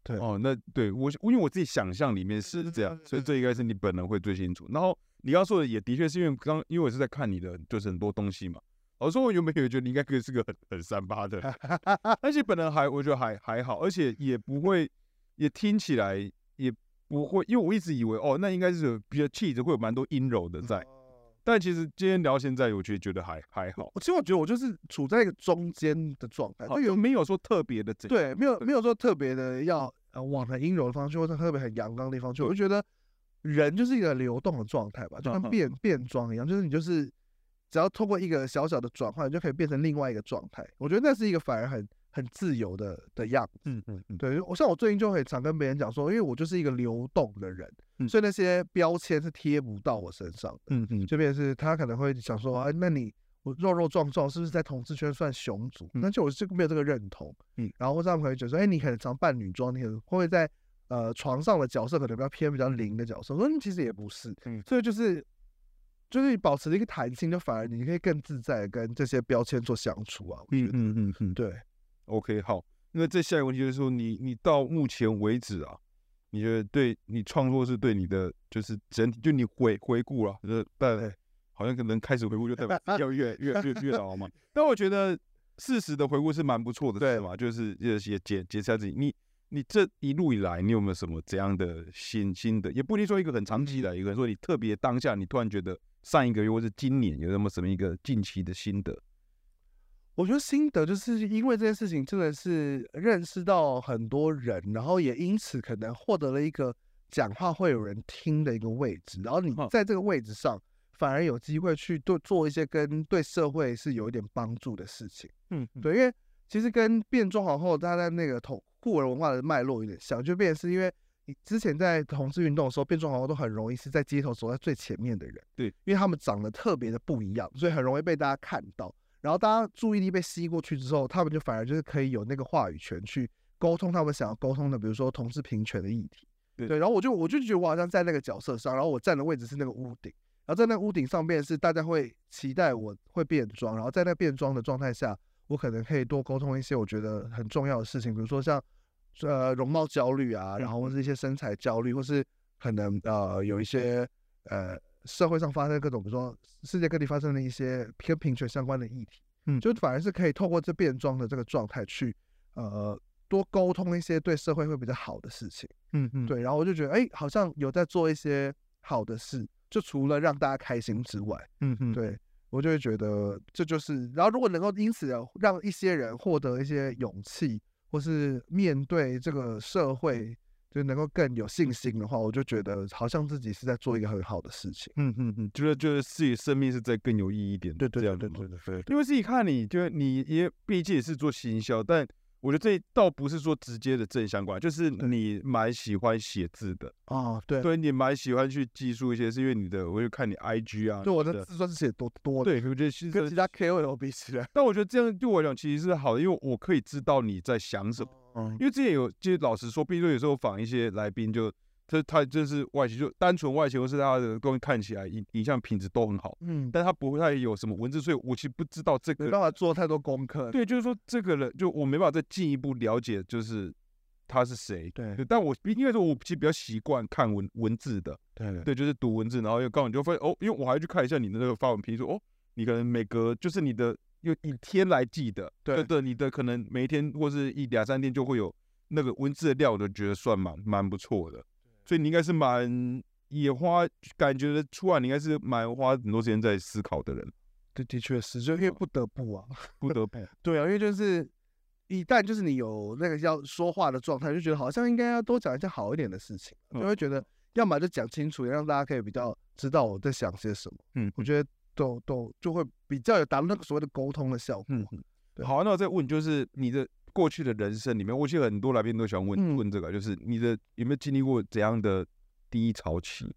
Speaker 2: 对
Speaker 1: 哦，那对我是，因为我自己想象里面是这样，所以这应该是你本人会最清楚。然后你刚说的也的确是因为刚，因为我是在看你的，就是很多东西嘛。我说我原本也觉得你应该可以是个很很三八的人，而且本人还我觉得还还好，而且也不会，也听起来也不会，因为我一直以为哦，那应该是有比较气质会有蛮多阴柔的在，但其实今天聊现在，我觉得觉得还还好，
Speaker 2: 我其实我觉得我就是处在一个中间的状态，
Speaker 1: 好有没有说特别的怎样？
Speaker 2: 对，没有没有说特别的要呃往很阴柔的方向去，或者特别很阳刚的地方去。我就觉得人就是一个流动的状态吧，就
Speaker 1: 嗯
Speaker 2: 跟
Speaker 1: 嗯
Speaker 2: 变变装一样，就是你就是只要通过一个小小的转换，就可以变成另外一个状态。我觉得那是一个反而很很自由的的样子。
Speaker 1: 嗯嗯嗯，
Speaker 2: 对，我像我最近就很常跟别人讲说，因为我就是一个流动的人，
Speaker 1: 嗯
Speaker 2: 所以那些标签是贴不到我身上的。
Speaker 1: 嗯嗯，
Speaker 2: 这边是他可能会想说，哎，那你我肉肉壮壮是不是在同志圈算熊族？
Speaker 1: 嗯
Speaker 2: 那就我是没有这个认同。
Speaker 1: 嗯，
Speaker 2: 然后或者他们可能觉得说，哎，你可能常扮女装，你可能会在呃床上的角色可能比较偏比较灵的角色。我说嗯其实也不是，
Speaker 1: 嗯
Speaker 2: 所以就是就是保持了一个弹性，就反而你可以更自在地跟这些标签做相处啊。我觉
Speaker 1: 嗯
Speaker 2: 得、
Speaker 1: 嗯嗯嗯，
Speaker 2: 对，
Speaker 1: OK，好，那这下一个问题就是说，你你到目前为止啊，你觉得对你创作是对你的就是整体，就你回回顾了，就是但
Speaker 2: 对
Speaker 1: 好像可能开始回顾就 代表要越越越越老 嘛。但我觉得事实的回顾是蛮不错的，
Speaker 2: 对
Speaker 1: 是嘛？就是也也解解释下自己，你你这一路以来，你有没有什么怎样的新新的，也不一定说一个很长期的，一个说你特别当下，你突然觉得上一个月或是今年有什么什么一个近期的心得？
Speaker 2: 我觉得心得就是因为这件事情，真的是认识到很多人，然后也因此可能获得了一个讲话会有人听的一个位置，然后你
Speaker 1: 嗯
Speaker 2: 在这个位置上，反而有机会去对做一些跟对社会是有一点帮助的事情。
Speaker 1: 嗯，对，
Speaker 2: 对，因为其实跟变装皇后，它在那个同酷儿文化的脉络有点像，就变成是因为你之前在同志运动的时候，变装皇后都很容易是在街头走在最前面的人，
Speaker 1: 对，
Speaker 2: 因为他们长得特别的不一样，所以很容易被大家看到。然后大家注意力被吸过去之后，他们就反而就是可以有那个话语权去沟通他们想要沟通的，比如说同志平权的议题。
Speaker 1: 对
Speaker 2: 对，然后我就我就觉得我好像在那个角色上，然后我站的位置是那个屋顶，然后在那个屋顶上面是大家会期待我会变装，然后在那变装的状态下，我可能可以多沟通一些我觉得很重要的事情，比如说像呃容貌焦虑啊，然后
Speaker 1: 嗯
Speaker 2: 或是一些身材焦虑，或是可能呃有一些呃社会上发生的各种，比如说世界各地发生的一些跟平权相关的议题，
Speaker 1: 嗯
Speaker 2: 就反而是可以透过这变装的这个状态去呃多沟通一些对社会会比较好的事情。
Speaker 1: 嗯嗯，
Speaker 2: 对，然后我就觉得，哎、好像有在做一些好的事，就除了让大家开心之外，
Speaker 1: 嗯嗯，
Speaker 2: 对我就会觉得这就是，然后如果能够因此而让一些人获得一些勇气，或是面对这个社会就能够更有信心的话，我就觉得好像自己是在做一个很好的事情。
Speaker 1: 嗯嗯嗯，觉得觉得自己生命是在更有意义一点，
Speaker 2: 对对
Speaker 1: 这
Speaker 2: 对
Speaker 1: 样
Speaker 2: 对
Speaker 1: 子
Speaker 2: 对
Speaker 1: 吗
Speaker 2: 对对对，
Speaker 1: 因为自己看你，就是你也毕竟也是做行销，但我觉得这倒不是说直接的正相关，就是你蛮喜欢写字的，
Speaker 2: 啊，对
Speaker 1: 对，你蛮喜欢去记述一些，是因为你的，我就看你 IG 啊，
Speaker 2: 对，我的
Speaker 1: 的，
Speaker 2: 自传是写得多多的，
Speaker 1: 对，我觉得其
Speaker 2: 跟其
Speaker 1: 实，
Speaker 2: 他 KOL 比起来，
Speaker 1: 但我觉得这样对我来讲其实是好的，因为我可以知道你在想什么。
Speaker 2: 嗯，
Speaker 1: 因为之前有，其实老实说，比如说有时候访一些来宾就，他他就是外形，就单纯外形，或是他的东西看起来影影像品质都很好，
Speaker 2: 嗯，
Speaker 1: 但他不太有什么文字，所以我其实不知道这
Speaker 2: 没
Speaker 1: 个。
Speaker 2: 办法做太多功课，
Speaker 1: 对，就是说这个人，就我没办法再进一步了解，就是他是谁。
Speaker 2: 对
Speaker 1: 对，但我应该说，我其实比较习惯看文文字的，
Speaker 2: 对
Speaker 1: 对，就是读文字，然后又刚好你就发现哦，因为我还去看一下你的那个发文批注，说哦，你可能每隔就是你的又以天来记的，
Speaker 2: 对
Speaker 1: 对对，你的可能每一天或是一两三天就会有那个文字的料，我就觉得算蛮蛮不错的，所以你应该是蛮也花感觉得出来，你应该是蛮花很多时间在思考的人，
Speaker 2: 对，的确是，就因为不得不啊，
Speaker 1: 不得不。
Speaker 2: 对啊，因为就是一旦就是你有那个要说话的状态，就觉得好像应该要多讲一些好一点的事情，啊就
Speaker 1: 嗯
Speaker 2: 会觉得要么就讲清楚，让大家可以比较知道我在想些什么。
Speaker 1: 嗯
Speaker 2: 我觉得都都就会比较有达到那个所谓的沟通的效果。啊
Speaker 1: 嗯，嗯
Speaker 2: 对
Speaker 1: 好，那我再问，就是你的过去的人生里面，我记得很多来宾都想问、
Speaker 2: 嗯
Speaker 1: 问这个，就是你的有没有经历过怎样的低潮期？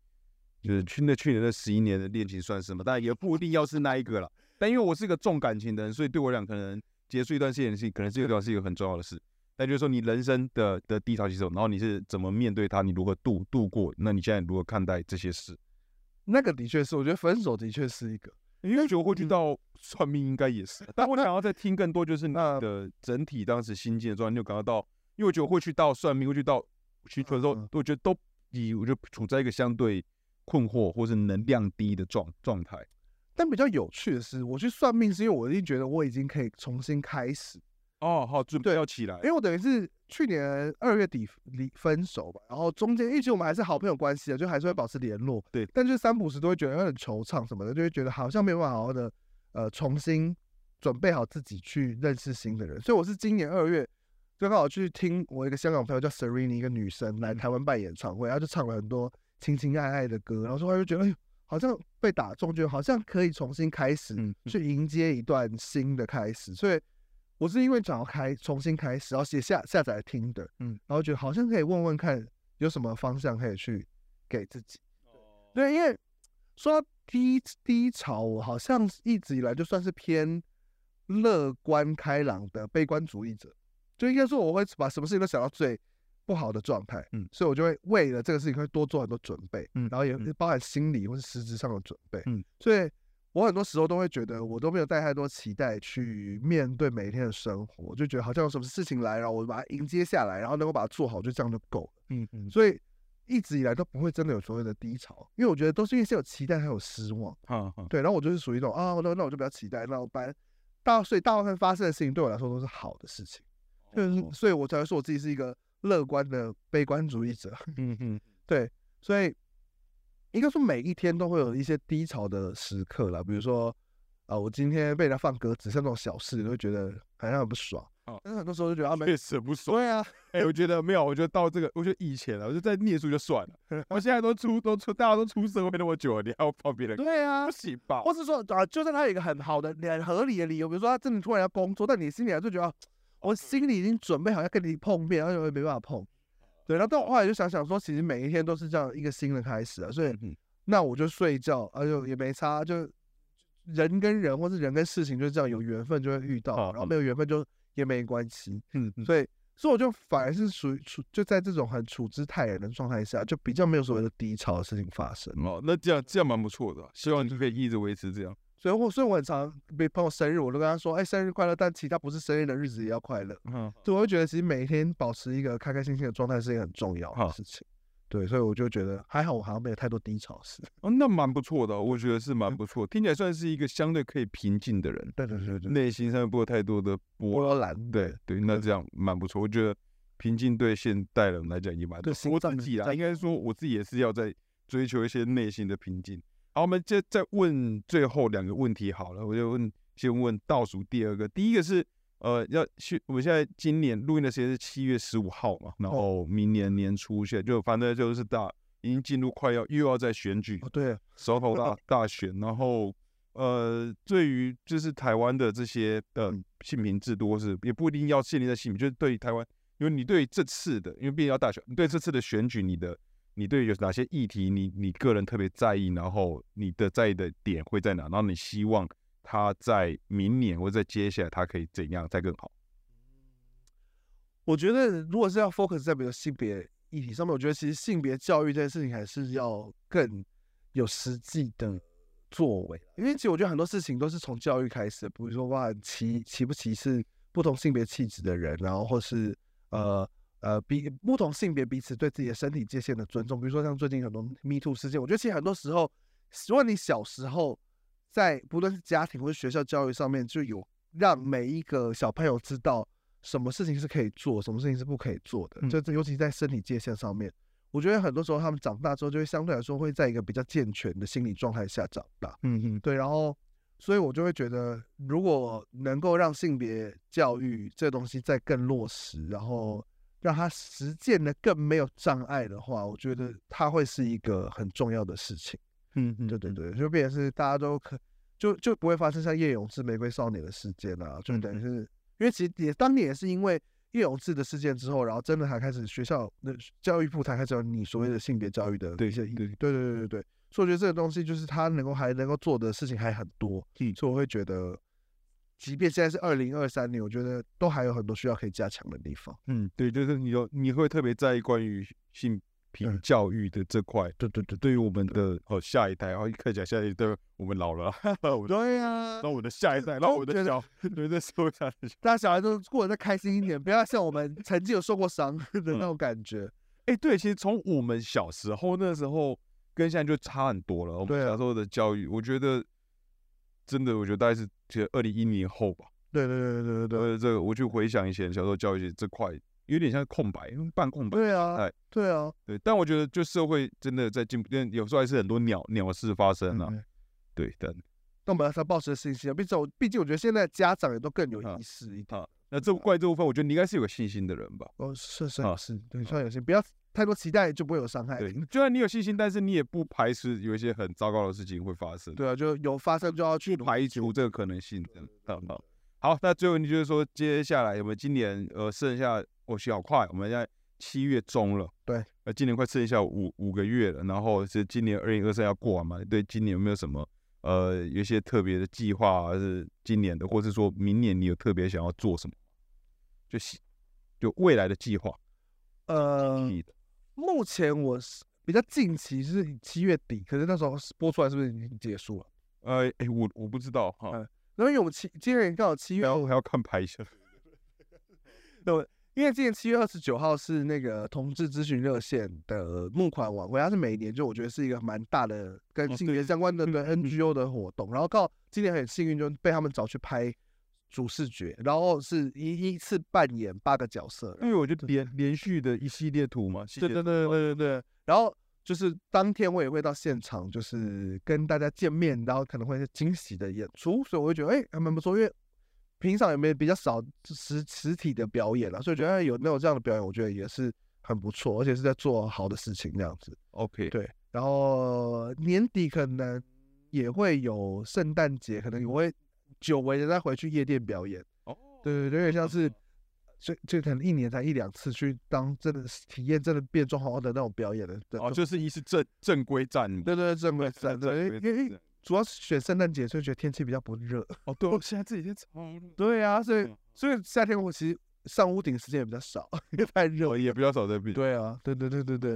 Speaker 1: 就是去那去年那十一年的恋情算什么？当然也不一定要是那一个了。但因为我是一个重感情的人，所以对我俩可能结束一段恋情，可能这段是一个很重要的事。那就是说你人生的的低潮期是什么然后你是怎么面对它，你如何度度过？那你现在如何看待这些事？
Speaker 2: 那个的确是，我觉得分手的确是一个。
Speaker 1: 因为觉得会去到算命应该也是，啊但我想要再听更多，就是你的整体当时心境的状态，你有感觉到，因为我觉得会去到算命，会去到寻求的时候
Speaker 2: 嗯嗯，
Speaker 1: 我觉得都以我就处在一个相对困惑或是能量低的状状态。
Speaker 2: 但比较有趣的是，我去算命是因为我一定觉得我已经可以重新开始，
Speaker 1: 哦，好，准备要起来
Speaker 2: 因，为我等于是去年二月底离分手吧，然后中间一直我们还是好朋友关系啊，就还是会保持联络。
Speaker 1: 对
Speaker 2: 但就是三不时都会觉得有点惆怅什么的，就会觉得好像没有办法好好的呃重新准备好自己去认识新的人。所以我是今年二月就刚好去听我一个香港朋友
Speaker 1: 嗯
Speaker 2: 叫 Serena 一个女生来台湾办演唱会，她就唱了很多情情爱爱的歌，然后说她就觉得哎呦好像被打中就好像可以重新开始，
Speaker 1: 嗯
Speaker 2: 去迎接一段新的开始。所以我是因为想要开重新开始，然后写下下载听的，
Speaker 1: 嗯，
Speaker 2: 然后觉得好像可以问问看有什么方向可以去给自己。
Speaker 1: 哦
Speaker 2: 对，因为说到低低潮，我好像一直以来就算是偏乐观开朗的悲观主义者，就应该说我会把什么事情都想到最不好的状态，
Speaker 1: 嗯
Speaker 2: 所以我就会为了这个事情会多做很多准备，
Speaker 1: 嗯
Speaker 2: 然后也
Speaker 1: 嗯
Speaker 2: 包含心理或是实质上的准备，
Speaker 1: 嗯，
Speaker 2: 所以我很多时候都会觉得我都没有带太多期待去面对每一天的生活，我就觉得好像有什么事情来，然后我把它迎接下来，然后能够把它做好，就这样就够了。
Speaker 1: 嗯嗯，
Speaker 2: 所以一直以来都不会真的有所谓的低潮，因为我觉得都是因为先有期待，还有失望。
Speaker 1: 哈哈，
Speaker 2: 对，然后我就是属于一种啊，那那我就比较期待，那我把大所以大部分发生的事情对我来说都是好的事情，就是
Speaker 1: 哦
Speaker 2: 所以我才会说我自己是一个乐观的悲观主义者。
Speaker 1: 嗯嗯
Speaker 2: 对，所以应该说每一天都会有一些低潮的时刻啦，比如说啊、我今天被人家放鸽子，像这种小事，你会觉得好像很不爽
Speaker 1: 哦。
Speaker 2: 但是很多时候就觉得 啊，没
Speaker 1: 确实不爽。
Speaker 2: 对啊，
Speaker 1: 哎、我觉得没有，我觉得到这个，我觉得以前啊，我就在念书就算 了，我现在都出都出，大家都出社会那么久了，你还要帮别人，
Speaker 2: 对啊
Speaker 1: 不，行吧？
Speaker 2: 或是说啊，就算他有一个很好的、很合理的理由，比如说他真的突然要工作，但你心里还是觉得、啊，我心里已经准备好要跟你碰面，然后又没办法碰。对，然后到后来就想想说，其实每一天都是这样一个新的开始啊，所以
Speaker 1: 嗯
Speaker 2: 那我就睡觉，啊就也没差，就人跟人或是人跟事情就是这样，有缘分就会遇到，
Speaker 1: 好
Speaker 2: 然后没有缘分就也没关系。
Speaker 1: 嗯嗯
Speaker 2: 所以，所以我就反而是属于处就在这种很处之泰然的状态下，就比较没有所谓的低潮的事情发生。
Speaker 1: 哦，那这样这样蛮不错的啊，希望你可以一直维持这样。
Speaker 2: 所以我所以我很常被朋友生日，我都跟他说，哎、生日快乐，但其他不是生日的日子也要快乐。
Speaker 1: 嗯，
Speaker 2: 所以我会觉得，其实每一天保持一个开开心心的状态是一个很重要
Speaker 1: 好
Speaker 2: 的事情。对，所以我就觉得还好，我好像没有太多低潮事。
Speaker 1: 哦，那蛮不错的啊，我觉得是蛮不错，听起来算是一个相对可以平静的人，
Speaker 2: 对对对对，
Speaker 1: 内心上面不会有太多的波。
Speaker 2: 波澜
Speaker 1: 对对，那这样蛮不错，我觉得平静对现代人来讲也蛮
Speaker 2: 对
Speaker 1: 重
Speaker 2: 心
Speaker 1: 要。我
Speaker 2: 脏
Speaker 1: 自
Speaker 2: 的
Speaker 1: 己啦，
Speaker 2: 在
Speaker 1: 应该说我自己也是要在追求一些内心的平静。好，我们接再问最后两个问题好了，我就问先问倒数第二个，第一个是呃要去我们现在今年录音的时间是七月十五号嘛，然
Speaker 2: 哦
Speaker 1: 后明年年初现在就反正就是大已经进入快要又要在选举
Speaker 2: 哦，对，
Speaker 1: 首头 大大选，然后呃，对于就是台湾的这些呃性平制度，或是也不一定要建立在性平，就是对于台湾，因为你对于这次的，因为毕竟要大选，你对这次的选举，你的你对有哪些议题你，你个人特别在意，然后你的在意的点会在哪，然后你希望他在明年或者在接下来他可以怎样再更好？
Speaker 2: 我觉得如果是要 focus 在比如性别议题上面，我觉得其实性别教育这件事情还是要更有实际的作为，因为其实我觉得很多事情都是从教育开始的，比如说哇歧歧不歧视不同性别气质的人，然后或是呃呃彼不同性别彼此对自己的身体界限的尊重，比如说像最近很多 Me Too 事件，我觉得其实很多时候，如果你小时候在不论是家庭或是学校教育上面就有让每一个小朋友知道什么事情是可以做，什么事情是不可以做的，
Speaker 1: 嗯
Speaker 2: 就这尤其在身体界限上面，我觉得很多时候他们长大之后就会相对来说会在一个比较健全的心理状态下长大。
Speaker 1: 嗯嗯，
Speaker 2: 对，然后所以我就会觉得，如果能够让性别教育这东西再更落实，然后让它实践的更没有障碍的话，我觉得它会是一个很重要的事情。
Speaker 1: 嗯嗯
Speaker 2: 对对对，就变成是大家都可就就不会发生像叶永志玫瑰少年的事件啊，就
Speaker 1: 嗯
Speaker 2: 等于
Speaker 1: 嗯
Speaker 2: 是因为其实也当年也是因为叶永志的事件之后，然后真的才开始学校的教育部才开始有你所谓的性别教育的
Speaker 1: 对
Speaker 2: 一些议
Speaker 1: 对
Speaker 2: 题对对对对对，所以我觉得这个东西就是他能够还能够做的事情还很多，
Speaker 1: 嗯
Speaker 2: 所以我会觉得。即便现在是二零二三年，我觉得都还有很多需要可以加强的地方。
Speaker 1: 嗯，对，就是你有你会特别在意关于性平
Speaker 2: 嗯
Speaker 1: 教育的这块。
Speaker 2: 对对对
Speaker 1: 对于我们的哦下一代，哦，看起来下一代我们老了， 我们
Speaker 2: 对呀、
Speaker 1: 让我的下一代，
Speaker 2: 就
Speaker 1: 让我
Speaker 2: 觉
Speaker 1: 的
Speaker 2: 得
Speaker 1: 小，对，这社会上的 小，
Speaker 2: 大家小孩都过得再开心一点，不要像我们曾经有受过伤 的
Speaker 1: 嗯
Speaker 2: 那种感觉。
Speaker 1: 哎，对，其实从我们小时候那时候跟现在就差很多了。我们
Speaker 2: 对
Speaker 1: 小
Speaker 2: 啊
Speaker 1: 时候的教育，我觉得真的，我觉得大概是其实二零一零后吧。
Speaker 2: 对对对对对啊对
Speaker 1: 呃，这个我去回想以前小时候教育这块，有点像空白，半空白。
Speaker 2: 对啊
Speaker 1: 哎，
Speaker 2: 对啊，
Speaker 1: 对，但我觉得就社会真的在进步，但有时候还是很多鸟鸟事发生
Speaker 2: 嗯
Speaker 1: 啊。
Speaker 2: 嗯
Speaker 1: 对，但
Speaker 2: 那我们还是要保持信心啊。毕竟我，毕竟我觉得现在的家长也都更有
Speaker 1: 啊
Speaker 2: 意识一点。
Speaker 1: 啊，那这怪这部分，我觉得你应该是有个信心的人吧。
Speaker 2: 哦，是是
Speaker 1: 啊
Speaker 2: 是，对，算有心，不要太多期待就不会有伤害。
Speaker 1: 对，就算你有信心，但是你也不排斥有一些很糟糕的事情会发生，
Speaker 2: 对啊，就有发生就要去
Speaker 1: 不排除这个可能性。这样好好好，那最后问题就是说，接下来我们今年呃剩下，我去好快，我们现在七月中了，
Speaker 2: 对，
Speaker 1: 呃，今年快剩下五五个月了，然后是今年二零二三要过完嘛？对，今年有没有什么呃有一些特别的计划、啊，是今年的，或是说明年你有特别想要做什么？就希就未来的计划，
Speaker 2: 呃，
Speaker 1: 你的
Speaker 2: 目前我是比较近期是七月底，可是那时候播出来是不是已经结束了？
Speaker 1: 呃，哎、我我不知道哈，
Speaker 2: 嗯然后因为我们七今年刚好七月
Speaker 1: 然，后还要看排程。
Speaker 2: 因为今年七月二十九号是那个同志咨询热线的募款晚会，它是每年就我觉得是一个蛮大的跟
Speaker 1: 哦
Speaker 2: 性
Speaker 1: 对
Speaker 2: 别相关的
Speaker 1: 嗯
Speaker 2: 对 NGO 的活动，然后刚好今年很幸运就被他们找去拍主视觉，然后是一一次扮演八个角色，
Speaker 1: 因为我就连连续的一系列图嘛，系
Speaker 2: 对
Speaker 1: 列
Speaker 2: 对对对对对。然后就是当天我也会到现场，就是跟大家见面，然后可能会是惊喜的演出，所以我会觉得哎、还蛮不错，因为平常也没比较少实实体的表演了，所以觉得、哎有那种这样的表演，我觉得也是很不错，而且是在做好的事情这样子。
Speaker 1: OK，
Speaker 2: 对，然后年底可能也会有圣诞节，可能也会久违的再回去夜店表演。
Speaker 1: 哦，
Speaker 2: 对对对，有点像是，所以就可能一年才一两次去当真的是体验真的变装皇后的那种表演的。对
Speaker 1: 哦，
Speaker 2: 就
Speaker 1: 就是一是正正规战，
Speaker 2: 对对对，正规
Speaker 1: 正
Speaker 2: 战对，
Speaker 1: 规
Speaker 2: 因为因为
Speaker 1: 战
Speaker 2: 主要是选圣诞节，所以觉得天气比较不热。
Speaker 1: 哦，对，我现在这几天超热，
Speaker 2: 对啊，所以
Speaker 1: 嗯
Speaker 2: 所以夏天我其实上屋顶时间也比较少，因为太热
Speaker 1: 我。哦也比较少在比。
Speaker 2: 对啊，对对对对对，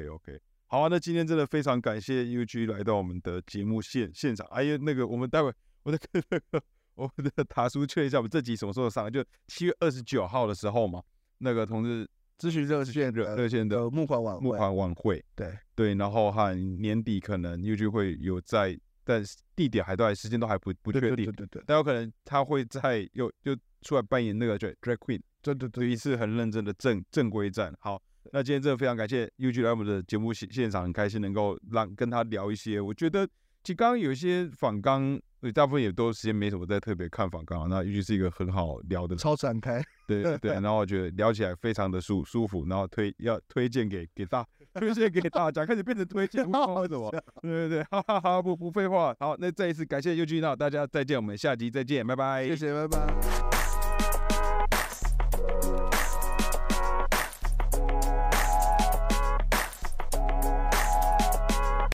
Speaker 1: OK OK，好啊，那今天真的非常感谢 UG 来到我们的节目现现场。哎呀，那个我们待会我再跟那个我们的塔叔确认一下，我们这集什么时候上？就七月二十九号的时候嘛，那个同志
Speaker 2: 咨询热线
Speaker 1: 热
Speaker 2: 的
Speaker 1: 热线的
Speaker 2: 的募款晚
Speaker 1: 募
Speaker 2: 会，
Speaker 1: 款晚会，
Speaker 2: 对
Speaker 1: 对，然后和年底可能 UG 会有在，但是地点还都还时间都还不不
Speaker 2: 对
Speaker 1: 确
Speaker 2: 对
Speaker 1: 定
Speaker 2: 对，对对
Speaker 1: 但有可能他会在又又出来扮演那个 drag drag queen，
Speaker 2: 对对对，
Speaker 1: 对，一次很认真的正正规战。好，那今天真的非常感谢 UG 来我们的节目现现场，很开心能够让跟他聊一些。我觉得其实刚刚有一些访纲，呃大部分也都时间没什么在特别看访纲啊，那 UG 是一个很好聊的人，
Speaker 2: 超展开，
Speaker 1: 对对，然后我觉得聊起来非常的舒舒服，然后推要推荐给给大推荐给大家，开始变成推荐，不知道为什么。对对 对，哈哈哈，不不废话。好，那再一次感谢 UG，那大家再见，我们下集再见，拜拜，
Speaker 2: 谢谢，拜拜。